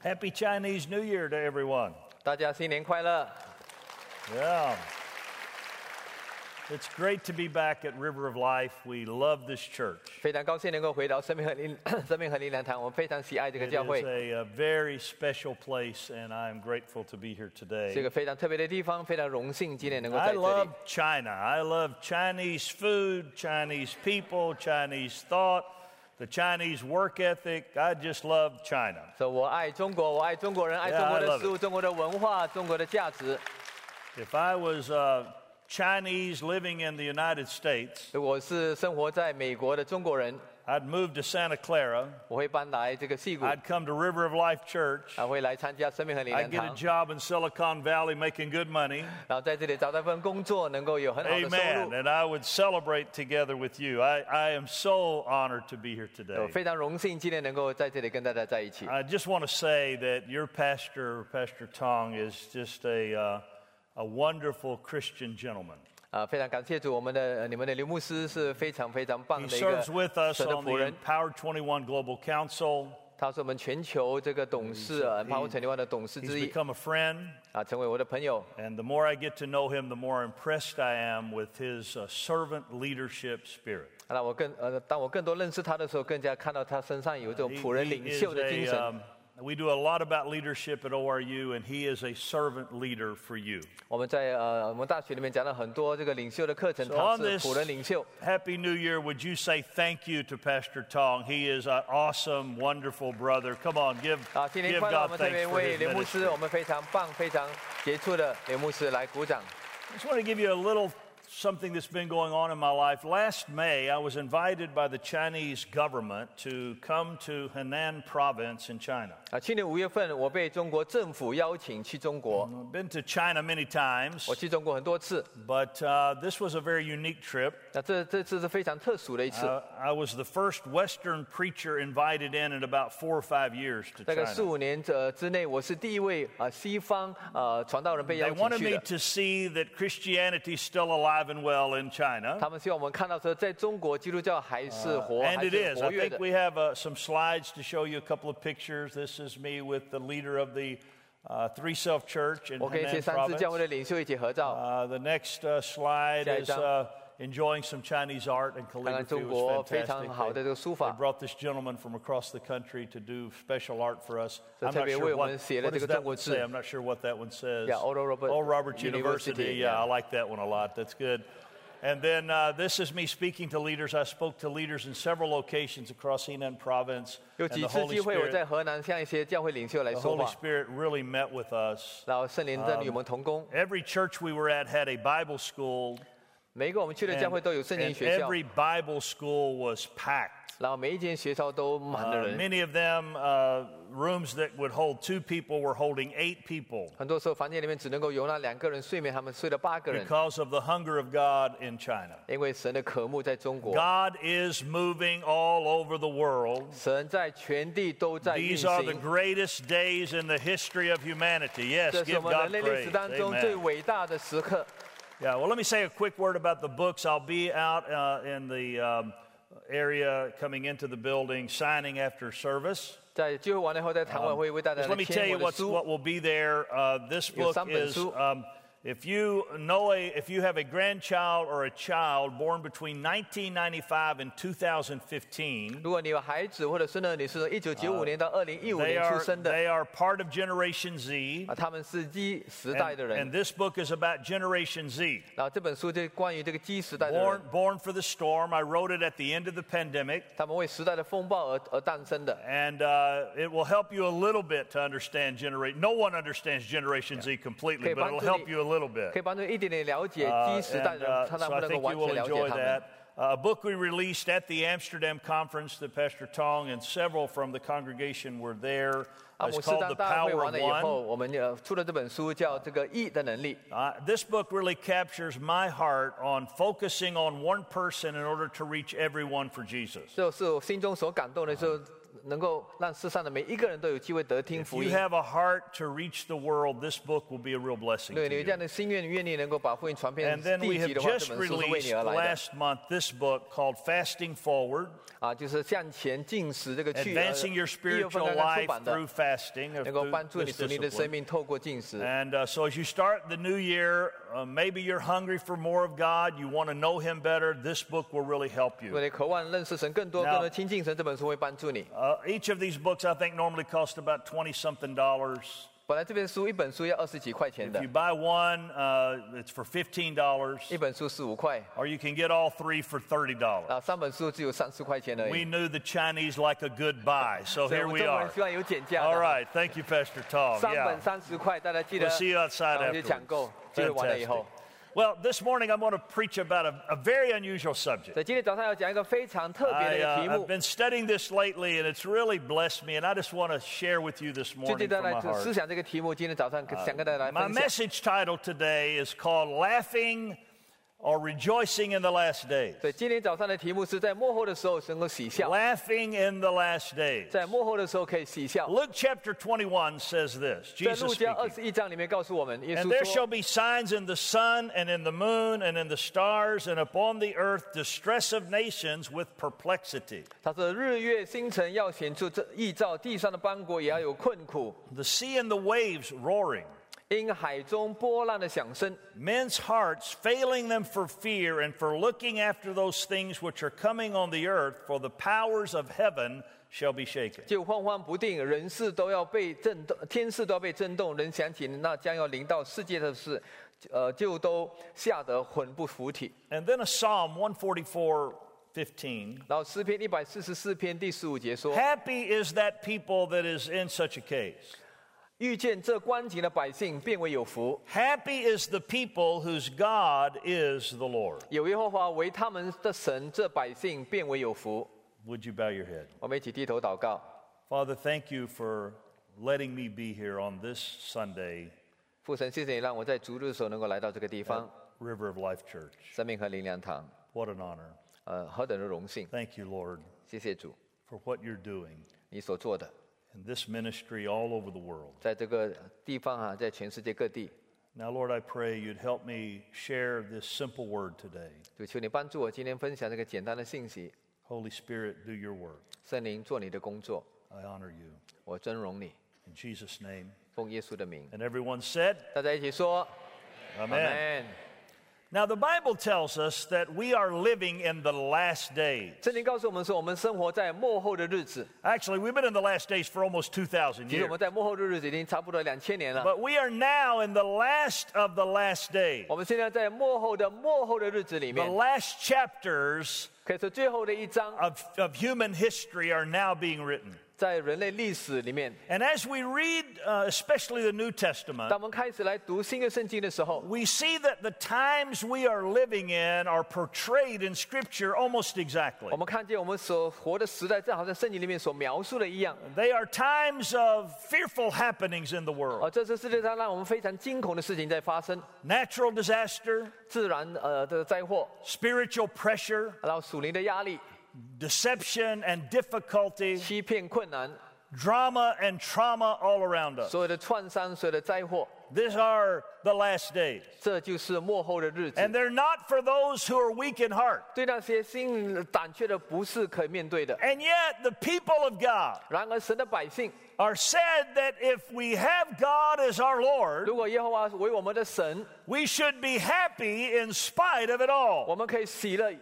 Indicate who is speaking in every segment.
Speaker 1: Happy Chinese New Year to everyone.
Speaker 2: 大家新年快乐！
Speaker 1: Yeah. It's great to be back at River of Life. We love this church.
Speaker 2: 非常高兴能够回到生命和灵 生命和灵粮堂，我们非常喜爱这个
Speaker 1: It is
Speaker 2: 教会，
Speaker 1: a, uh very special place, and I'm grateful to be here
Speaker 2: 是一
Speaker 1: today.
Speaker 2: 个非常特别的地方，非常荣幸今天能够在
Speaker 1: I
Speaker 2: 这里
Speaker 1: love。China. I love Chinese food, Chinese people, Chinese thought, the Chinese work ethic. I just love China.
Speaker 2: 说我爱中国，我爱中国人，爱
Speaker 1: Yeah,
Speaker 2: 中国
Speaker 1: I love
Speaker 2: 的
Speaker 1: it.
Speaker 2: 事物，中国的文化，中国的价值。
Speaker 1: If I was uh, Chinese living in the United States,
Speaker 2: 如果是生活在美国的中国人，
Speaker 1: I'd move to Santa Clara.
Speaker 2: 我会搬来这个戏谷，
Speaker 1: I'd Oh, come to River of Life Church.
Speaker 2: 啊，会来参加生命和灵粮
Speaker 1: I'd get
Speaker 2: 堂
Speaker 1: a，job in Silicon Valley making good money.
Speaker 2: 然后在这里找到一份工作，能够有
Speaker 1: Oh,
Speaker 2: 很好的收
Speaker 1: Amen.
Speaker 2: 入。
Speaker 1: And I would celebrate together with you. I, I am so honored to be here
Speaker 2: 我
Speaker 1: today.
Speaker 2: 非常荣幸今天能够在这里跟大家在一起。
Speaker 1: I just want to say that your pastor, Pastor Tong, is just a, uh, a wonderful Christian gentleman.
Speaker 2: 啊，非常感谢主，我们的呃你们的刘牧师是非常非常棒
Speaker 1: He
Speaker 2: 的一个
Speaker 1: serves with us
Speaker 2: 神的
Speaker 1: on
Speaker 2: 仆
Speaker 1: the
Speaker 2: 人，
Speaker 1: Empowered 21 Global Council.
Speaker 2: 他是我们全球这个董事呃
Speaker 1: he-
Speaker 2: 包括陈立万的董事
Speaker 1: He's
Speaker 2: 之一
Speaker 1: become a friend.
Speaker 2: 啊，成为我的朋友。
Speaker 1: And the more I get to know him, the more impressed I am with his uh, servant leadership spirit.
Speaker 2: 让我更呃，当我更多认识他的时候，更加看到他身上有这种
Speaker 1: He-
Speaker 2: 仆人
Speaker 1: he
Speaker 2: 领
Speaker 1: is
Speaker 2: 袖的精
Speaker 1: a,
Speaker 2: 神。
Speaker 1: um, we do a lot about leadership at ORU, and he is a servant leader for you.
Speaker 2: 我们在呃，我们大学里面讲了很多这个领袖的课程，
Speaker 1: So
Speaker 2: 他
Speaker 1: on
Speaker 2: 是
Speaker 1: this
Speaker 2: 仆人领袖。
Speaker 1: Happy New Year, would you say thank you to Pastor Tong? He is an awesome, wonderful brother. Come on, give,
Speaker 2: 啊，新年
Speaker 1: give
Speaker 2: 快乐！我
Speaker 1: God
Speaker 2: 们特
Speaker 1: thanks
Speaker 2: 别
Speaker 1: for
Speaker 2: 为
Speaker 1: his
Speaker 2: 刘牧师，
Speaker 1: ministry.
Speaker 2: 我们非常棒、非常杰出的刘牧师来鼓掌。
Speaker 1: I just want to give you a little something that's been going on in my life. Last May, I was invited by the Chinese government to come to Henan province in China.
Speaker 2: 啊，去年五月份，我被中国政府邀请去中国，
Speaker 1: I've been to China many times,
Speaker 2: 我去中国很多次。
Speaker 1: but uh, this was a very unique trip.
Speaker 2: 那这这次是非常特殊的一次，
Speaker 1: Uh, I was the first Western preacher invited in in about four or five years to
Speaker 2: 大概四
Speaker 1: China.
Speaker 2: 五年呃之内，我是第一位啊西方呃传道人被
Speaker 1: They
Speaker 2: 邀请
Speaker 1: wanted
Speaker 2: 去
Speaker 1: me
Speaker 2: 的。
Speaker 1: to see that Christianity is still alive and well in China.
Speaker 2: 他们希望我们看到说，在中国基督教还是活
Speaker 1: Uh, And
Speaker 2: 还
Speaker 1: it
Speaker 2: 是
Speaker 1: is.
Speaker 2: 活
Speaker 1: I think
Speaker 2: 跃的。
Speaker 1: we have uh, some slides to show you a couple of pictures. This is me with the leader of the uh, Three Self Church in
Speaker 2: 我跟一些
Speaker 1: Henan
Speaker 2: 三支教会
Speaker 1: province.
Speaker 2: 的领袖一起合照，
Speaker 1: Uh, the next uh, slide is
Speaker 2: 下一张。
Speaker 1: uh, enjoying some Chinese art and
Speaker 2: 看看
Speaker 1: calligraphy.
Speaker 2: 中
Speaker 1: It
Speaker 2: 国
Speaker 1: was
Speaker 2: 非
Speaker 1: fantastic.
Speaker 2: 常好的
Speaker 1: They-
Speaker 2: 这个书
Speaker 1: They
Speaker 2: 法，
Speaker 1: brought this gentleman from across the country to do special art for us.
Speaker 2: 这
Speaker 1: I'm not
Speaker 2: 特别
Speaker 1: sure what,
Speaker 2: 为我们写了
Speaker 1: what does
Speaker 2: 这个
Speaker 1: that one
Speaker 2: 中国字。
Speaker 1: say. I'm not sure what that one says.
Speaker 2: Yeah, Oral Robert
Speaker 1: Oral Roberts University.
Speaker 2: University,
Speaker 1: Yeah,
Speaker 2: yeah.
Speaker 1: I like that one a lot. That's good. And then uh, this is me speaking to leaders. I spoke to leaders in several locations across Henan Province.
Speaker 2: 有
Speaker 1: Uh, And
Speaker 2: 几
Speaker 1: the
Speaker 2: 次
Speaker 1: Holy
Speaker 2: 机会我
Speaker 1: Spirit,
Speaker 2: 在河南向一些教会领袖来
Speaker 1: the
Speaker 2: 说
Speaker 1: Holy
Speaker 2: 话，
Speaker 1: Spirit really met with us.
Speaker 2: 然后圣灵真的与我们同工。
Speaker 1: Every church we were at had a Bible school,
Speaker 2: 每一个我们去的
Speaker 1: and,
Speaker 2: 教会都有圣经
Speaker 1: and
Speaker 2: 学校，
Speaker 1: every Bible school was packed.
Speaker 2: 然后每一间学校都满了
Speaker 1: Uh,
Speaker 2: 人，
Speaker 1: many of them, uh, rooms that would hold two people were holding eight people
Speaker 2: 很多时候房间里面只能够容纳两个人睡眠，他们睡了八个人，
Speaker 1: because of the hunger of God in China.
Speaker 2: 因为神的渴慕在中国，
Speaker 1: God is moving all over the world.
Speaker 2: 神在全地都在运
Speaker 1: These are the
Speaker 2: 行。
Speaker 1: greatest days in the history of humanity. Yes,
Speaker 2: 这是
Speaker 1: give
Speaker 2: 我们人
Speaker 1: God
Speaker 2: 类历
Speaker 1: praise.
Speaker 2: 史当中最
Speaker 1: Amen.
Speaker 2: 伟大的时刻。
Speaker 1: Yeah, well, let me say a quick word about the books. I'll be out uh, in the um, area coming into the building signing after service.
Speaker 2: 在聚会完了以后，在堂委会为大家
Speaker 1: Just let
Speaker 2: 来
Speaker 1: me tell
Speaker 2: 签
Speaker 1: you
Speaker 2: 我的
Speaker 1: what's,
Speaker 2: 书。
Speaker 1: what will be there. Uh, this
Speaker 2: Your
Speaker 1: book is
Speaker 2: 三本书。
Speaker 1: um, if you know a if you have a grandchild or a child born between 1995 and 2015,
Speaker 2: 如果你有孩子或者孙儿，你是从一九九五年到二零一五
Speaker 1: Uh, they
Speaker 2: 年出
Speaker 1: are
Speaker 2: 生的，
Speaker 1: they are part of Generation Z.
Speaker 2: 啊，他们是鸡时代
Speaker 1: And,
Speaker 2: 的
Speaker 1: and
Speaker 2: 人。
Speaker 1: this book is about Generation Z.
Speaker 2: 然后这本书就关于这个鸡时代的人
Speaker 1: Born，born for the storm. I wrote it at the end of the pandemic.
Speaker 2: 他们为时代的风暴而而诞生的。
Speaker 1: And uh, it will help you a little bit to understand generation. No one understands Generation Z completely, but it'll help you a little bit.
Speaker 2: 可以帮助一点点了解
Speaker 1: Uh,
Speaker 2: 鸡时代
Speaker 1: and,
Speaker 2: 的
Speaker 1: uh,
Speaker 2: 人，他
Speaker 1: so
Speaker 2: 们
Speaker 1: I
Speaker 2: 能够
Speaker 1: think you will
Speaker 2: 完全了解
Speaker 1: enjoy
Speaker 2: 他们
Speaker 1: that.。Uh, a book we released at the Amsterdam conference that Pastor Tong and several from the congregation were there. Uh,
Speaker 2: 阿
Speaker 1: it's
Speaker 2: 姆斯
Speaker 1: called
Speaker 2: 特
Speaker 1: The
Speaker 2: 丹大会
Speaker 1: Power
Speaker 2: 完
Speaker 1: of
Speaker 2: 了以后，
Speaker 1: One.
Speaker 2: 我们呃出了这本书叫《这个义的能力》。
Speaker 1: Uh, this book really captures my heart on focusing on one person in order to reach everyone for Jesus.
Speaker 2: 这是我心中所感动的，时候，能够让世上的每一个人都有机会得听
Speaker 1: If
Speaker 2: 福
Speaker 1: you
Speaker 2: 音。
Speaker 1: have a heart to reach the world, this book will be a real blessing
Speaker 2: 对，
Speaker 1: to
Speaker 2: 你有这
Speaker 1: you.
Speaker 2: 样的心愿愿力，能够把福音传遍
Speaker 1: And then we have
Speaker 2: 地级的话，这
Speaker 1: just
Speaker 2: 本书是为
Speaker 1: released
Speaker 2: 你而来的
Speaker 1: last month this book called Fasting Forward
Speaker 2: 啊，就是向前进食这个去。呃
Speaker 1: Advancing Your
Speaker 2: 一月份
Speaker 1: Spiritual
Speaker 2: 刚刚出
Speaker 1: Life
Speaker 2: 版
Speaker 1: Through
Speaker 2: 的，
Speaker 1: Fasting. or
Speaker 2: 能够
Speaker 1: through
Speaker 2: 帮助你
Speaker 1: this
Speaker 2: 属灵的
Speaker 1: discipline.
Speaker 2: 生命透过进食。
Speaker 1: And uh, so, as you start the new year, uh, maybe you're hungry for more of God, you want to know Him better, this book will really help
Speaker 2: 如果
Speaker 1: you.
Speaker 2: 你渴望认识神更多、
Speaker 1: Now-
Speaker 2: 更多亲近神，这本书会帮助你。
Speaker 1: Uh, each of these books, I think, normally cost about 20 something dollars.
Speaker 2: 本来这本书一本书要二十几块钱
Speaker 1: If
Speaker 2: 的
Speaker 1: you，buy one, uh, it's for $15,
Speaker 2: 一本书十五块，
Speaker 1: or you can get all three for $30.
Speaker 2: 啊，三本书只有三十块钱而
Speaker 1: We
Speaker 2: 已。
Speaker 1: knew the Chinese like a good buy, so
Speaker 2: 所以
Speaker 1: here
Speaker 2: 我们
Speaker 1: we
Speaker 2: 中国人
Speaker 1: are.
Speaker 2: 希望有减价
Speaker 1: All
Speaker 2: 的。
Speaker 1: right, thank you, Pastor Tom.
Speaker 2: 三本
Speaker 1: Yeah.
Speaker 2: 三十块，大家记得
Speaker 1: We'll see you outside
Speaker 2: 然后去抢购
Speaker 1: afterwards.，
Speaker 2: 聚会完了以
Speaker 1: Fantastic.
Speaker 2: 后。
Speaker 1: Well, this morning I'm going to preach about a, a very unusual subject.
Speaker 2: 对，今天早上要讲一个非常特别
Speaker 1: I,
Speaker 2: 的一个题
Speaker 1: uh,
Speaker 2: 目
Speaker 1: I've，been studying this lately, and it's really blessed me. And I just want to share with you this
Speaker 2: 最
Speaker 1: morning
Speaker 2: 近
Speaker 1: from
Speaker 2: 大
Speaker 1: my
Speaker 2: 家来思
Speaker 1: heart. 啊
Speaker 2: 想这个题目，今天早上想跟大家来
Speaker 1: My
Speaker 2: 分享。
Speaker 1: message title today is called "Laughing or Rejoicing in the Last Days."
Speaker 2: 对，今天早上的题目是在幕后的时候能够喜笑，
Speaker 1: Laughing in the last days.
Speaker 2: 在幕后的时候可以喜笑。
Speaker 1: Luke chapter 21 says this:
Speaker 2: 在
Speaker 1: Jesus
Speaker 2: 路加二
Speaker 1: speaking.
Speaker 2: 十一章里面告诉我们，耶
Speaker 1: And there
Speaker 2: 稣
Speaker 1: shall
Speaker 2: 说
Speaker 1: be signs in the sun and in the moon and in the stars and upon the earth distress of nations with perplexity.：“
Speaker 2: 他说日月星辰要显出这异兆，地上的邦国也要有困苦，
Speaker 1: The sea and the waves roaring.
Speaker 2: 因海中波浪的响声，
Speaker 1: Men's hearts failing them for fear and for looking after those things which are coming on the earth, for the powers of heaven shall be shaken.
Speaker 2: 就慌慌不定，人事都要被震动，天事都要被震动。人想起那将要临到世界的事，呃，就都吓得魂不附体。”
Speaker 1: And then a Psalm 144 15.
Speaker 2: 然后诗篇一百四十四篇第十五节说：
Speaker 1: Happy is that people that is in such a case.
Speaker 2: 遇见这光景的百姓，变为有福。
Speaker 1: Happy is the people whose God is the Lord.
Speaker 2: 有耶和华为他们的神，这百姓变为有福。
Speaker 1: Would you bow your head?
Speaker 2: 我们一起低头祷告，
Speaker 1: Father, thank you for letting me be here on this Sunday,
Speaker 2: 父神，谢谢你让我在逐日的时候能够来到这个地方，
Speaker 1: 嗯 River of Life Church.
Speaker 2: 生命和灵粮堂，
Speaker 1: What an honor.
Speaker 2: 呃，何等的荣幸！
Speaker 1: Thank you, Lord,
Speaker 2: 谢谢主，
Speaker 1: for what you're doing.
Speaker 2: 你所做的，
Speaker 1: and this ministry all over the world.
Speaker 2: 在这个地方啊，在全世界各地，
Speaker 1: Now, Lord, I pray you'd help me share this simple word today.
Speaker 2: 主求你帮助我今天分享这个简单的信息。
Speaker 1: Holy Spirit, do your work.
Speaker 2: 圣灵做你的工作，
Speaker 1: I honor you.
Speaker 2: 我尊荣你，
Speaker 1: In Jesus' name.
Speaker 2: 奉耶稣的名，
Speaker 1: And everyone said,
Speaker 2: 大家一起说，阿
Speaker 1: Amen.
Speaker 2: 门。
Speaker 1: Now, the Bible tells us that we are living in the last days.
Speaker 2: 圣经告诉我们说，我们生活在幕后的日子。
Speaker 1: Actually, we've been in the last days for almost 2,000
Speaker 2: 其实我
Speaker 1: years.
Speaker 2: 们在幕后的日子已经差不多两千年了。
Speaker 1: But we are now in the last of the last days,
Speaker 2: 我们现在在幕后的幕后的日子里
Speaker 1: the
Speaker 2: 面，
Speaker 1: last chapters
Speaker 2: 可以说最后的一章
Speaker 1: of, of human history are now being written.
Speaker 2: 在人类历史里面。
Speaker 1: And as we read, uh, especially the New Testament,
Speaker 2: 当我们开始来读新约圣经的时候，
Speaker 1: we see that the times we are living in are portrayed in Scripture almost exactly.
Speaker 2: 我们看见我们所活的时代，正好像圣经里面所描述的一样。
Speaker 1: They are times of fearful happenings in the
Speaker 2: 哦，
Speaker 1: world
Speaker 2: 这是世界上让我们非常惊恐的事情在发生，
Speaker 1: natural disaster,
Speaker 2: 自然呃的灾祸，
Speaker 1: spiritual pressure,
Speaker 2: 然后属灵的压力、
Speaker 1: deception and difficulty,
Speaker 2: 欺骗、困难，
Speaker 1: drama and trauma all around us.
Speaker 2: 所有的创伤、所有的灾祸，
Speaker 1: These are the last days.
Speaker 2: 这就是幕后的日子。
Speaker 1: And they're not for those who are weak in heart.
Speaker 2: 对那些心胆怯的，不是可以面对的。
Speaker 1: And yet, the people of God
Speaker 2: 然而，神的百姓，
Speaker 1: are said that if we have God as our Lord,
Speaker 2: 如果耶和华为我们的神，
Speaker 1: we should be happy in spite of it all.
Speaker 2: 我们可以喜乐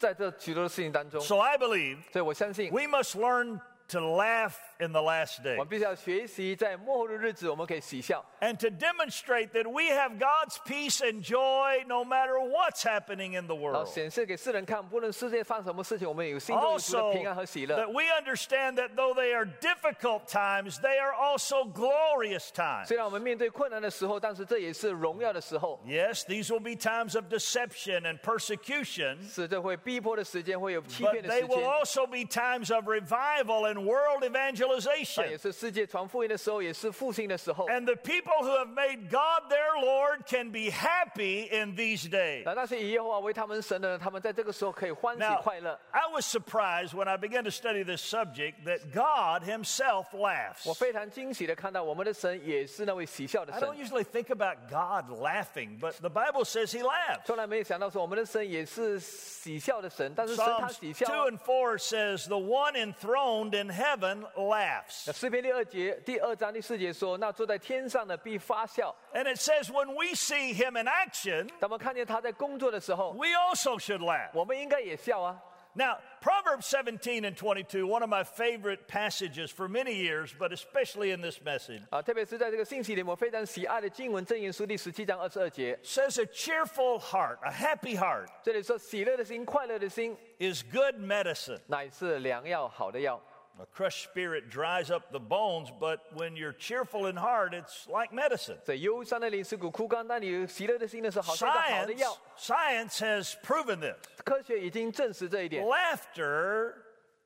Speaker 2: 在这许多的事情当中。
Speaker 1: So I believe
Speaker 2: 所以我相信，
Speaker 1: we must learn to laugh in the last day
Speaker 2: 我们必须要学习在幕后的日子，我们可以喜笑，
Speaker 1: and to demonstrate that we have God's peace and joy no matter what's happening in the
Speaker 2: 然后
Speaker 1: world.
Speaker 2: 显示给世人看，不论世界上什么事情，我们有心中有主
Speaker 1: Also,
Speaker 2: 的平安和喜乐。
Speaker 1: that we understand that though they are difficult times, they are also glorious times.
Speaker 2: 虽然我们面对困难的时候，但是这也是荣耀的时候，
Speaker 1: Yes, these will be times of deception and persecution,
Speaker 2: 是这会逼迫的时间，会有欺
Speaker 1: but
Speaker 2: 骗的
Speaker 1: they
Speaker 2: 时间
Speaker 1: will，also be times of revival and world
Speaker 2: 那也
Speaker 1: evangelization.
Speaker 2: 是世界传福音的时候，也是复兴的时候。
Speaker 1: And the people who have made God their Lord can be happy in these days.
Speaker 2: 那那些以耶和华为他们神的人，他们在这个时候可以欢喜
Speaker 1: Now,
Speaker 2: 快乐。
Speaker 1: I was surprised when I began to study this subject that God Himself laughs.
Speaker 2: 我非常惊喜的看到，我们的神也是那位喜笑的
Speaker 1: I
Speaker 2: 神
Speaker 1: don't。usually think about God laughing, but the Bible says He laughs.
Speaker 2: 从来没有想到说，我们的神也是喜笑的神，但是神他
Speaker 1: Psalms
Speaker 2: 喜
Speaker 1: 2
Speaker 2: 笑啊。
Speaker 1: and 4 says, The one enthroned in heaven laughs.
Speaker 2: 那诗篇第二节第二章第四节说：“那坐在天上的必发笑。
Speaker 1: And it says, When we see Him in action, ”
Speaker 2: 当我们看见他在工作的时候，
Speaker 1: we also should laugh.
Speaker 2: 我们应该也笑啊。
Speaker 1: Now, Proverbs 17 and 22, one of my favorite passages for many years, but especially in this message,
Speaker 2: 啊，特别是在这个信息里，我非常喜爱的经文《箴言书》第十七章二十二节，
Speaker 1: says, A cheerful heart, a happy heart,
Speaker 2: 这里说：“喜乐的心，快乐的心，
Speaker 1: is good medicine.
Speaker 2: 乃是良药，好的药。
Speaker 1: A crushed spirit dries up the bones, but when you're cheerful in heart, it's like medicine.
Speaker 2: 这忧伤的灵是骨枯干，但你有喜乐的心的时候，好像是好的
Speaker 1: Science,
Speaker 2: 药。
Speaker 1: science has proven this.
Speaker 2: 科学已经证实这一点，
Speaker 1: Laughter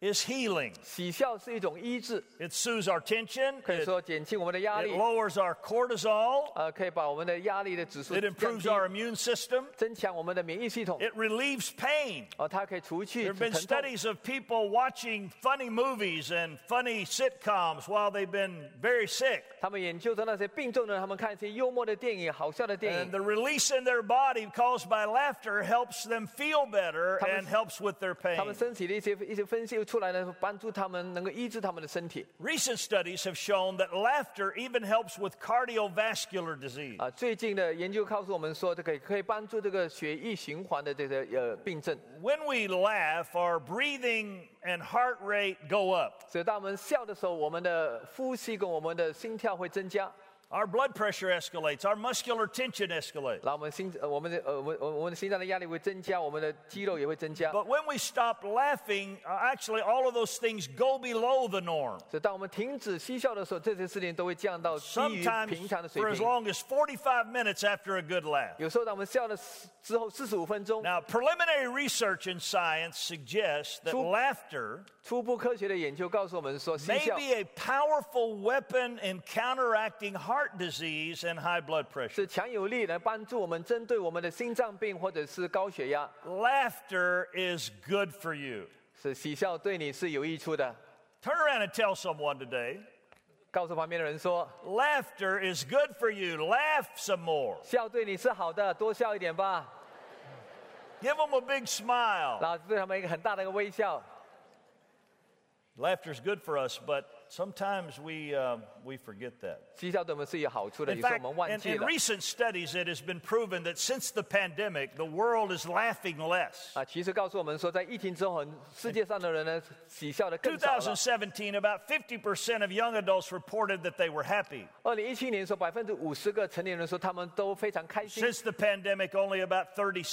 Speaker 1: is healing.
Speaker 2: 喜笑是一种医治，
Speaker 1: It soothes our tension.
Speaker 2: 可以
Speaker 1: It,
Speaker 2: 说减轻我们的压
Speaker 1: it
Speaker 2: 力，
Speaker 1: lowers our cortisol.
Speaker 2: 呃，可以把我们的压力的指数
Speaker 1: It
Speaker 2: 降
Speaker 1: improves
Speaker 2: 低，
Speaker 1: our immune system.
Speaker 2: 增强我们的免疫系统。
Speaker 1: It relieves pain.
Speaker 2: 哦，它可以除去
Speaker 1: There
Speaker 2: 疼
Speaker 1: have been
Speaker 2: 痛。
Speaker 1: studies of people watching funny movies and funny sitcoms while they've been very sick.
Speaker 2: 他们研究着那些病重的人，他们看一些幽默的电影、好笑的电
Speaker 1: And
Speaker 2: 影，
Speaker 1: the release in their body caused by laughter helps them feel better
Speaker 2: Thomas-
Speaker 1: and helps with their
Speaker 2: 他们
Speaker 1: pain.
Speaker 2: 身体的一些一些分析出来呢，帮助他们能够医治他们的身体。
Speaker 1: Recent studies have shown that laughter even helps with cardiovascular disease.
Speaker 2: 啊，最近的研究告诉我们说，这个可以帮助这个血液循环的这个呃病症。
Speaker 1: When we laugh, our breathing and heart rate go up.
Speaker 2: 所以当我们笑的时候，我们的呼吸跟我们的心呃跳会增加，
Speaker 1: Our blood pressure escalates. Our muscular tension escalates.
Speaker 2: 然后我们心呃我们的呃我们我们我们的心脏的压力会增加，我们的肌肉也会增加。
Speaker 1: But when we stop laughing, uh, actually, all of those things go below the norm.
Speaker 2: 所以当我们停止嬉笑的时候，这些事情都会降到低于
Speaker 1: Sometimes
Speaker 2: 平常的水
Speaker 1: for as
Speaker 2: 平。
Speaker 1: long as 45 minutes after a good laugh.
Speaker 2: 有时候当我们笑了之后四十五分钟，
Speaker 1: Now, preliminary research in science suggests that
Speaker 2: Two-
Speaker 1: laughter
Speaker 2: 初步科学的研究告诉我们说，嬉
Speaker 1: may
Speaker 2: 笑
Speaker 1: be a powerful weapon in counteracting heart disease and high blood pressure.
Speaker 2: 是强有力来帮助我们针对我们的心脏病或者是高血压，
Speaker 1: Laughter is good for you.
Speaker 2: 是嬉笑对你是有益处的。
Speaker 1: Turn around and tell someone today
Speaker 2: 告诉旁边的人说，
Speaker 1: laughter is good for you. Laugh some more.
Speaker 2: 笑对你是好的，多笑一点吧。
Speaker 1: Give them a big smile.
Speaker 2: 然后对他们一个很大的一个微笑。
Speaker 1: Laughter is good for us, but sometimes we, uh, we forget that.
Speaker 2: 嬉笑对我们是有好处的，
Speaker 1: In
Speaker 2: 有时候我
Speaker 1: fact,
Speaker 2: 们忘
Speaker 1: in,
Speaker 2: 记
Speaker 1: in
Speaker 2: 了
Speaker 1: recent studies, it has been proven that since the pandemic, the world is laughing less.
Speaker 2: 啊。其实告诉我们说，在疫情之后，很世界上的人呢，喜笑的更少了。
Speaker 1: 2017, about 50% of young adults reported that they were happy.
Speaker 2: 二零一七年的时候，百分之五十个成年人说他们都非常开心。
Speaker 1: Since the pandemic, only about 37%
Speaker 2: 疫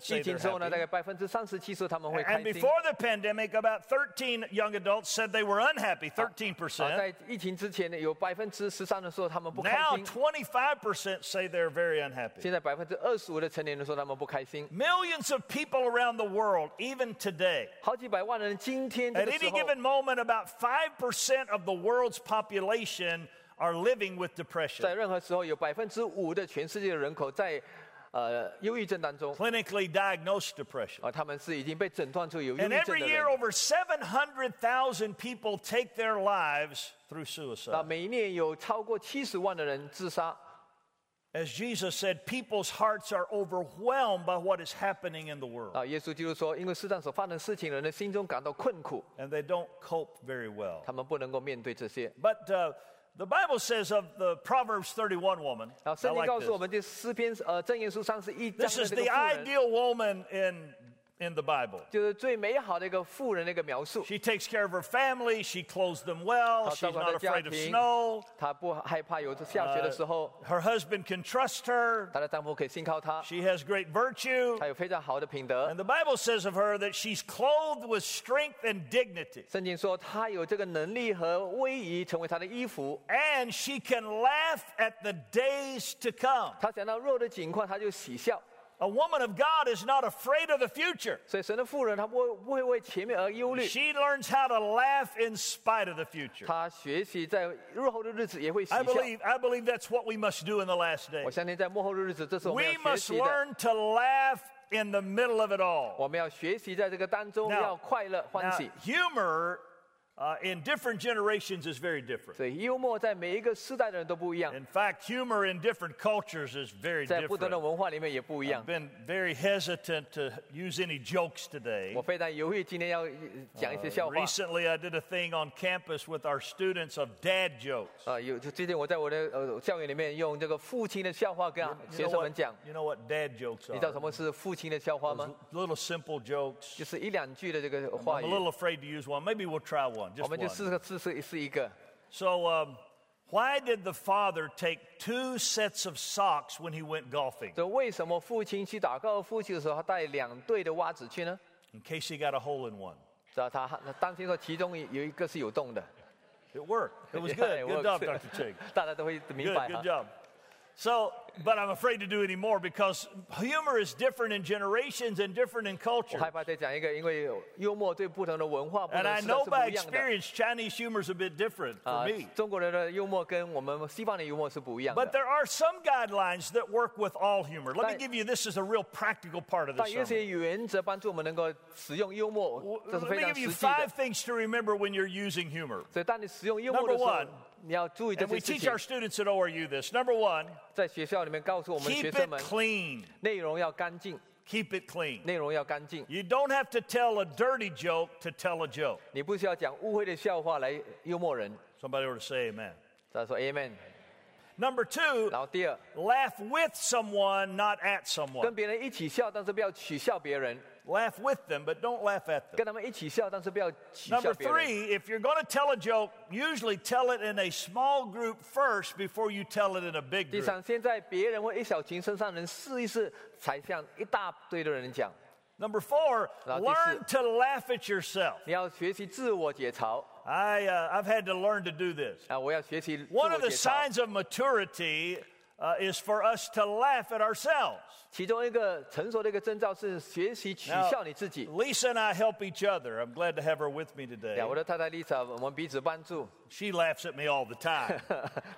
Speaker 1: say
Speaker 2: 情
Speaker 1: they're
Speaker 2: 之后呢，大
Speaker 1: happy.
Speaker 2: 概百分之三十七说他们会开
Speaker 1: And
Speaker 2: 心。
Speaker 1: before the pandemic, about 13 young adults said they were unhappy,
Speaker 2: 啊，
Speaker 1: 13%.
Speaker 2: 在疫情之前呢，有百分之十三的说他们不开
Speaker 1: Now,
Speaker 2: 心。
Speaker 1: 25% say they're very
Speaker 2: 现
Speaker 1: unhappy.
Speaker 2: 在百分之二十五的成年人说他们不开心，
Speaker 1: Millions of people around the world, even today,
Speaker 2: 好几百万人今天这
Speaker 1: At
Speaker 2: 个时
Speaker 1: any
Speaker 2: 候，
Speaker 1: given moment, about 5% of the world's population are living with
Speaker 2: 在
Speaker 1: depression.
Speaker 2: 任何时候有百分之五的全世界的人口在呃忧郁症当中，
Speaker 1: Clinically diagnosed depression.
Speaker 2: 啊，他们是已经被诊断出有忧郁
Speaker 1: And
Speaker 2: 症
Speaker 1: every
Speaker 2: 的
Speaker 1: year,
Speaker 2: 人。
Speaker 1: over 700,000 people take their lives through
Speaker 2: 那
Speaker 1: suicide.
Speaker 2: 每一年有超过七十万的人自杀。
Speaker 1: As Jesus said, people's hearts are overwhelmed by what is happening in the world,
Speaker 2: 啊，耶稣基督说，因为世上所发生的事情，人的心中感到困苦，
Speaker 1: and they don't cope very well.
Speaker 2: 他们不能够面对这些。
Speaker 1: But uh, the Bible says of the Proverbs 31 woman,
Speaker 2: 然后
Speaker 1: I
Speaker 2: 圣经
Speaker 1: like
Speaker 2: 告诉我
Speaker 1: this.
Speaker 2: 们，这诗篇呃箴言书三十一章
Speaker 1: this
Speaker 2: 的
Speaker 1: is
Speaker 2: 这个
Speaker 1: the
Speaker 2: 妇人，
Speaker 1: ideal woman in, in the Bible.
Speaker 2: 就是最美好的一个妇人的一个描述。
Speaker 1: She takes care of her family. She clothes them well.
Speaker 2: How
Speaker 1: She's not
Speaker 2: about the
Speaker 1: afraid of
Speaker 2: jockeying?
Speaker 1: snow.
Speaker 2: 她不害怕有下雪的时候，
Speaker 1: Her husband can trust her.
Speaker 2: 她的丈夫可以信靠她，
Speaker 1: She has great virtue.
Speaker 2: 她有非常好的品德。
Speaker 1: And the Bible says of her that she's clothed with strength and dignity.
Speaker 2: 圣经说她有这个能力和威仪成为她的衣服。
Speaker 1: And she can laugh at the days to come.
Speaker 2: 她想到弱的情况，她就喜笑。
Speaker 1: A woman of God is not afraid of the future.
Speaker 2: 所以神的妇人，她不会不会为前面而忧虑，
Speaker 1: She learns how to laugh in spite of the future.
Speaker 2: 她学习在日后的日子也会喜
Speaker 1: I
Speaker 2: 笑。
Speaker 1: believe, I believe that's what we must do in the last days.
Speaker 2: 我相信在幕后的日子，这是我们
Speaker 1: We
Speaker 2: 要学
Speaker 1: must
Speaker 2: 习的。
Speaker 1: learn to laugh in the middle of it all.
Speaker 2: 我们要学习在这个当中
Speaker 1: Now-
Speaker 2: 要快乐欢
Speaker 1: Now,
Speaker 2: 喜。
Speaker 1: humor uh, in different generations is very different.
Speaker 2: 所以幽默在每一个时代的人都不一样，
Speaker 1: In fact, humor in different cultures is very
Speaker 2: 在不同的
Speaker 1: different.
Speaker 2: 文化里面也不一
Speaker 1: I've
Speaker 2: 样。
Speaker 1: been very hesitant to use any jokes today.
Speaker 2: 我非常犹豫今天要讲一
Speaker 1: Uh，
Speaker 2: 些笑话。
Speaker 1: Recently, I did a thing on campus with our students of dad jokes.
Speaker 2: 啊，有就最近我在我的呃校园里面用这个父亲的笑话跟
Speaker 1: You
Speaker 2: 学
Speaker 1: know
Speaker 2: 生们
Speaker 1: what,
Speaker 2: 讲，
Speaker 1: you know what dad jokes
Speaker 2: 你知道什
Speaker 1: are?
Speaker 2: 么是父亲的笑话吗？
Speaker 1: Little simple jokes.
Speaker 2: 就是一两句的这个
Speaker 1: I'm
Speaker 2: 话
Speaker 1: a
Speaker 2: 语，
Speaker 1: little afraid to use one. Maybe we'll try one,
Speaker 2: 我
Speaker 1: just
Speaker 2: 们就试
Speaker 1: one.
Speaker 2: 试试试试一个。
Speaker 1: So, um, why did the father take two sets of socks when he went golfing?
Speaker 2: 这为什么父亲去打高尔夫球的时候，他带两对的袜子去呢？
Speaker 1: In case he got a hole in one.
Speaker 2: 知道他他担心说其中有一个是有洞的，
Speaker 1: It worked. It was
Speaker 2: Yeah,
Speaker 1: good.
Speaker 2: it
Speaker 1: Good job,
Speaker 2: worked.
Speaker 1: Dr. Chig.
Speaker 2: 大家都会明
Speaker 1: Good,
Speaker 2: 白
Speaker 1: good
Speaker 2: 哈。
Speaker 1: job. So, but I'm afraid to do any more because humor is different in generations and different in
Speaker 2: 我
Speaker 1: culture.
Speaker 2: 害怕再讲一个，因为幽默对不同的文化、不同
Speaker 1: And
Speaker 2: 的
Speaker 1: I
Speaker 2: 时代
Speaker 1: know
Speaker 2: 是不
Speaker 1: by
Speaker 2: 一样的。
Speaker 1: experience, Chinese humor is a bit different for
Speaker 2: 啊
Speaker 1: me.，
Speaker 2: 中国人的幽默跟我们西方的幽默是不一样
Speaker 1: But
Speaker 2: 的。
Speaker 1: there are some guidelines that work with all humor. Let me
Speaker 2: But-
Speaker 1: give you this is a real practical part of
Speaker 2: 但
Speaker 1: this.
Speaker 2: 有一
Speaker 1: sermon.
Speaker 2: 些原则帮助我们能够使用幽默，这
Speaker 1: Let
Speaker 2: 是
Speaker 1: me
Speaker 2: 非常
Speaker 1: give you
Speaker 2: 实际的
Speaker 1: five。things to remember when you're using humor.
Speaker 2: 所以，当你使用幽默的时
Speaker 1: Number
Speaker 2: 候
Speaker 1: one，
Speaker 2: 你要注意这
Speaker 1: And
Speaker 2: 些
Speaker 1: we
Speaker 2: 事
Speaker 1: teach
Speaker 2: 情
Speaker 1: our。students at ORU this. Number one,
Speaker 2: 在学校里面告诉我们学
Speaker 1: keep
Speaker 2: 生
Speaker 1: it
Speaker 2: 们，
Speaker 1: clean.
Speaker 2: 内容要干净，
Speaker 1: Keep it clean.
Speaker 2: 内容要干净。
Speaker 1: You don't have to tell a dirty joke to tell a joke.
Speaker 2: 你不需要讲误会的笑话来幽默人。
Speaker 1: Somebody ought to say amen.
Speaker 2: 他说 Amen。
Speaker 1: Number two,
Speaker 2: 然后第二，
Speaker 1: laugh with someone, not at
Speaker 2: 跟
Speaker 1: someone.
Speaker 2: 别人一起笑，但是不要取笑别人；
Speaker 1: Laugh with them, but don't laugh at them.
Speaker 2: 跟他们一起笑，但是不要取笑
Speaker 1: Number
Speaker 2: 别人。
Speaker 1: three, if you're going to tell a joke, usually tell it in a small group first before you tell it in a big
Speaker 2: 第
Speaker 1: group.
Speaker 2: 三，先在别人或一小群身上人试一试，才向一大堆的人讲。
Speaker 1: Number four,
Speaker 2: 然后第四。
Speaker 1: learn to laugh at yourself.
Speaker 2: 你要学习自我解嘲
Speaker 1: I, uh, I've had to learn to do this.
Speaker 2: 啊！我要学习自
Speaker 1: One
Speaker 2: 我
Speaker 1: of the
Speaker 2: 解嘲。
Speaker 1: signs of maturity uh, is for us to laugh at ourselves.
Speaker 2: 其中一个成熟的一个征兆是学习取
Speaker 1: Now,
Speaker 2: 笑你自己。哎
Speaker 1: Lisa and I help each other. I'm glad to have her with me today.
Speaker 2: 呀，我的太太 Lisa，我们彼此帮助，
Speaker 1: She laughs at me all the time.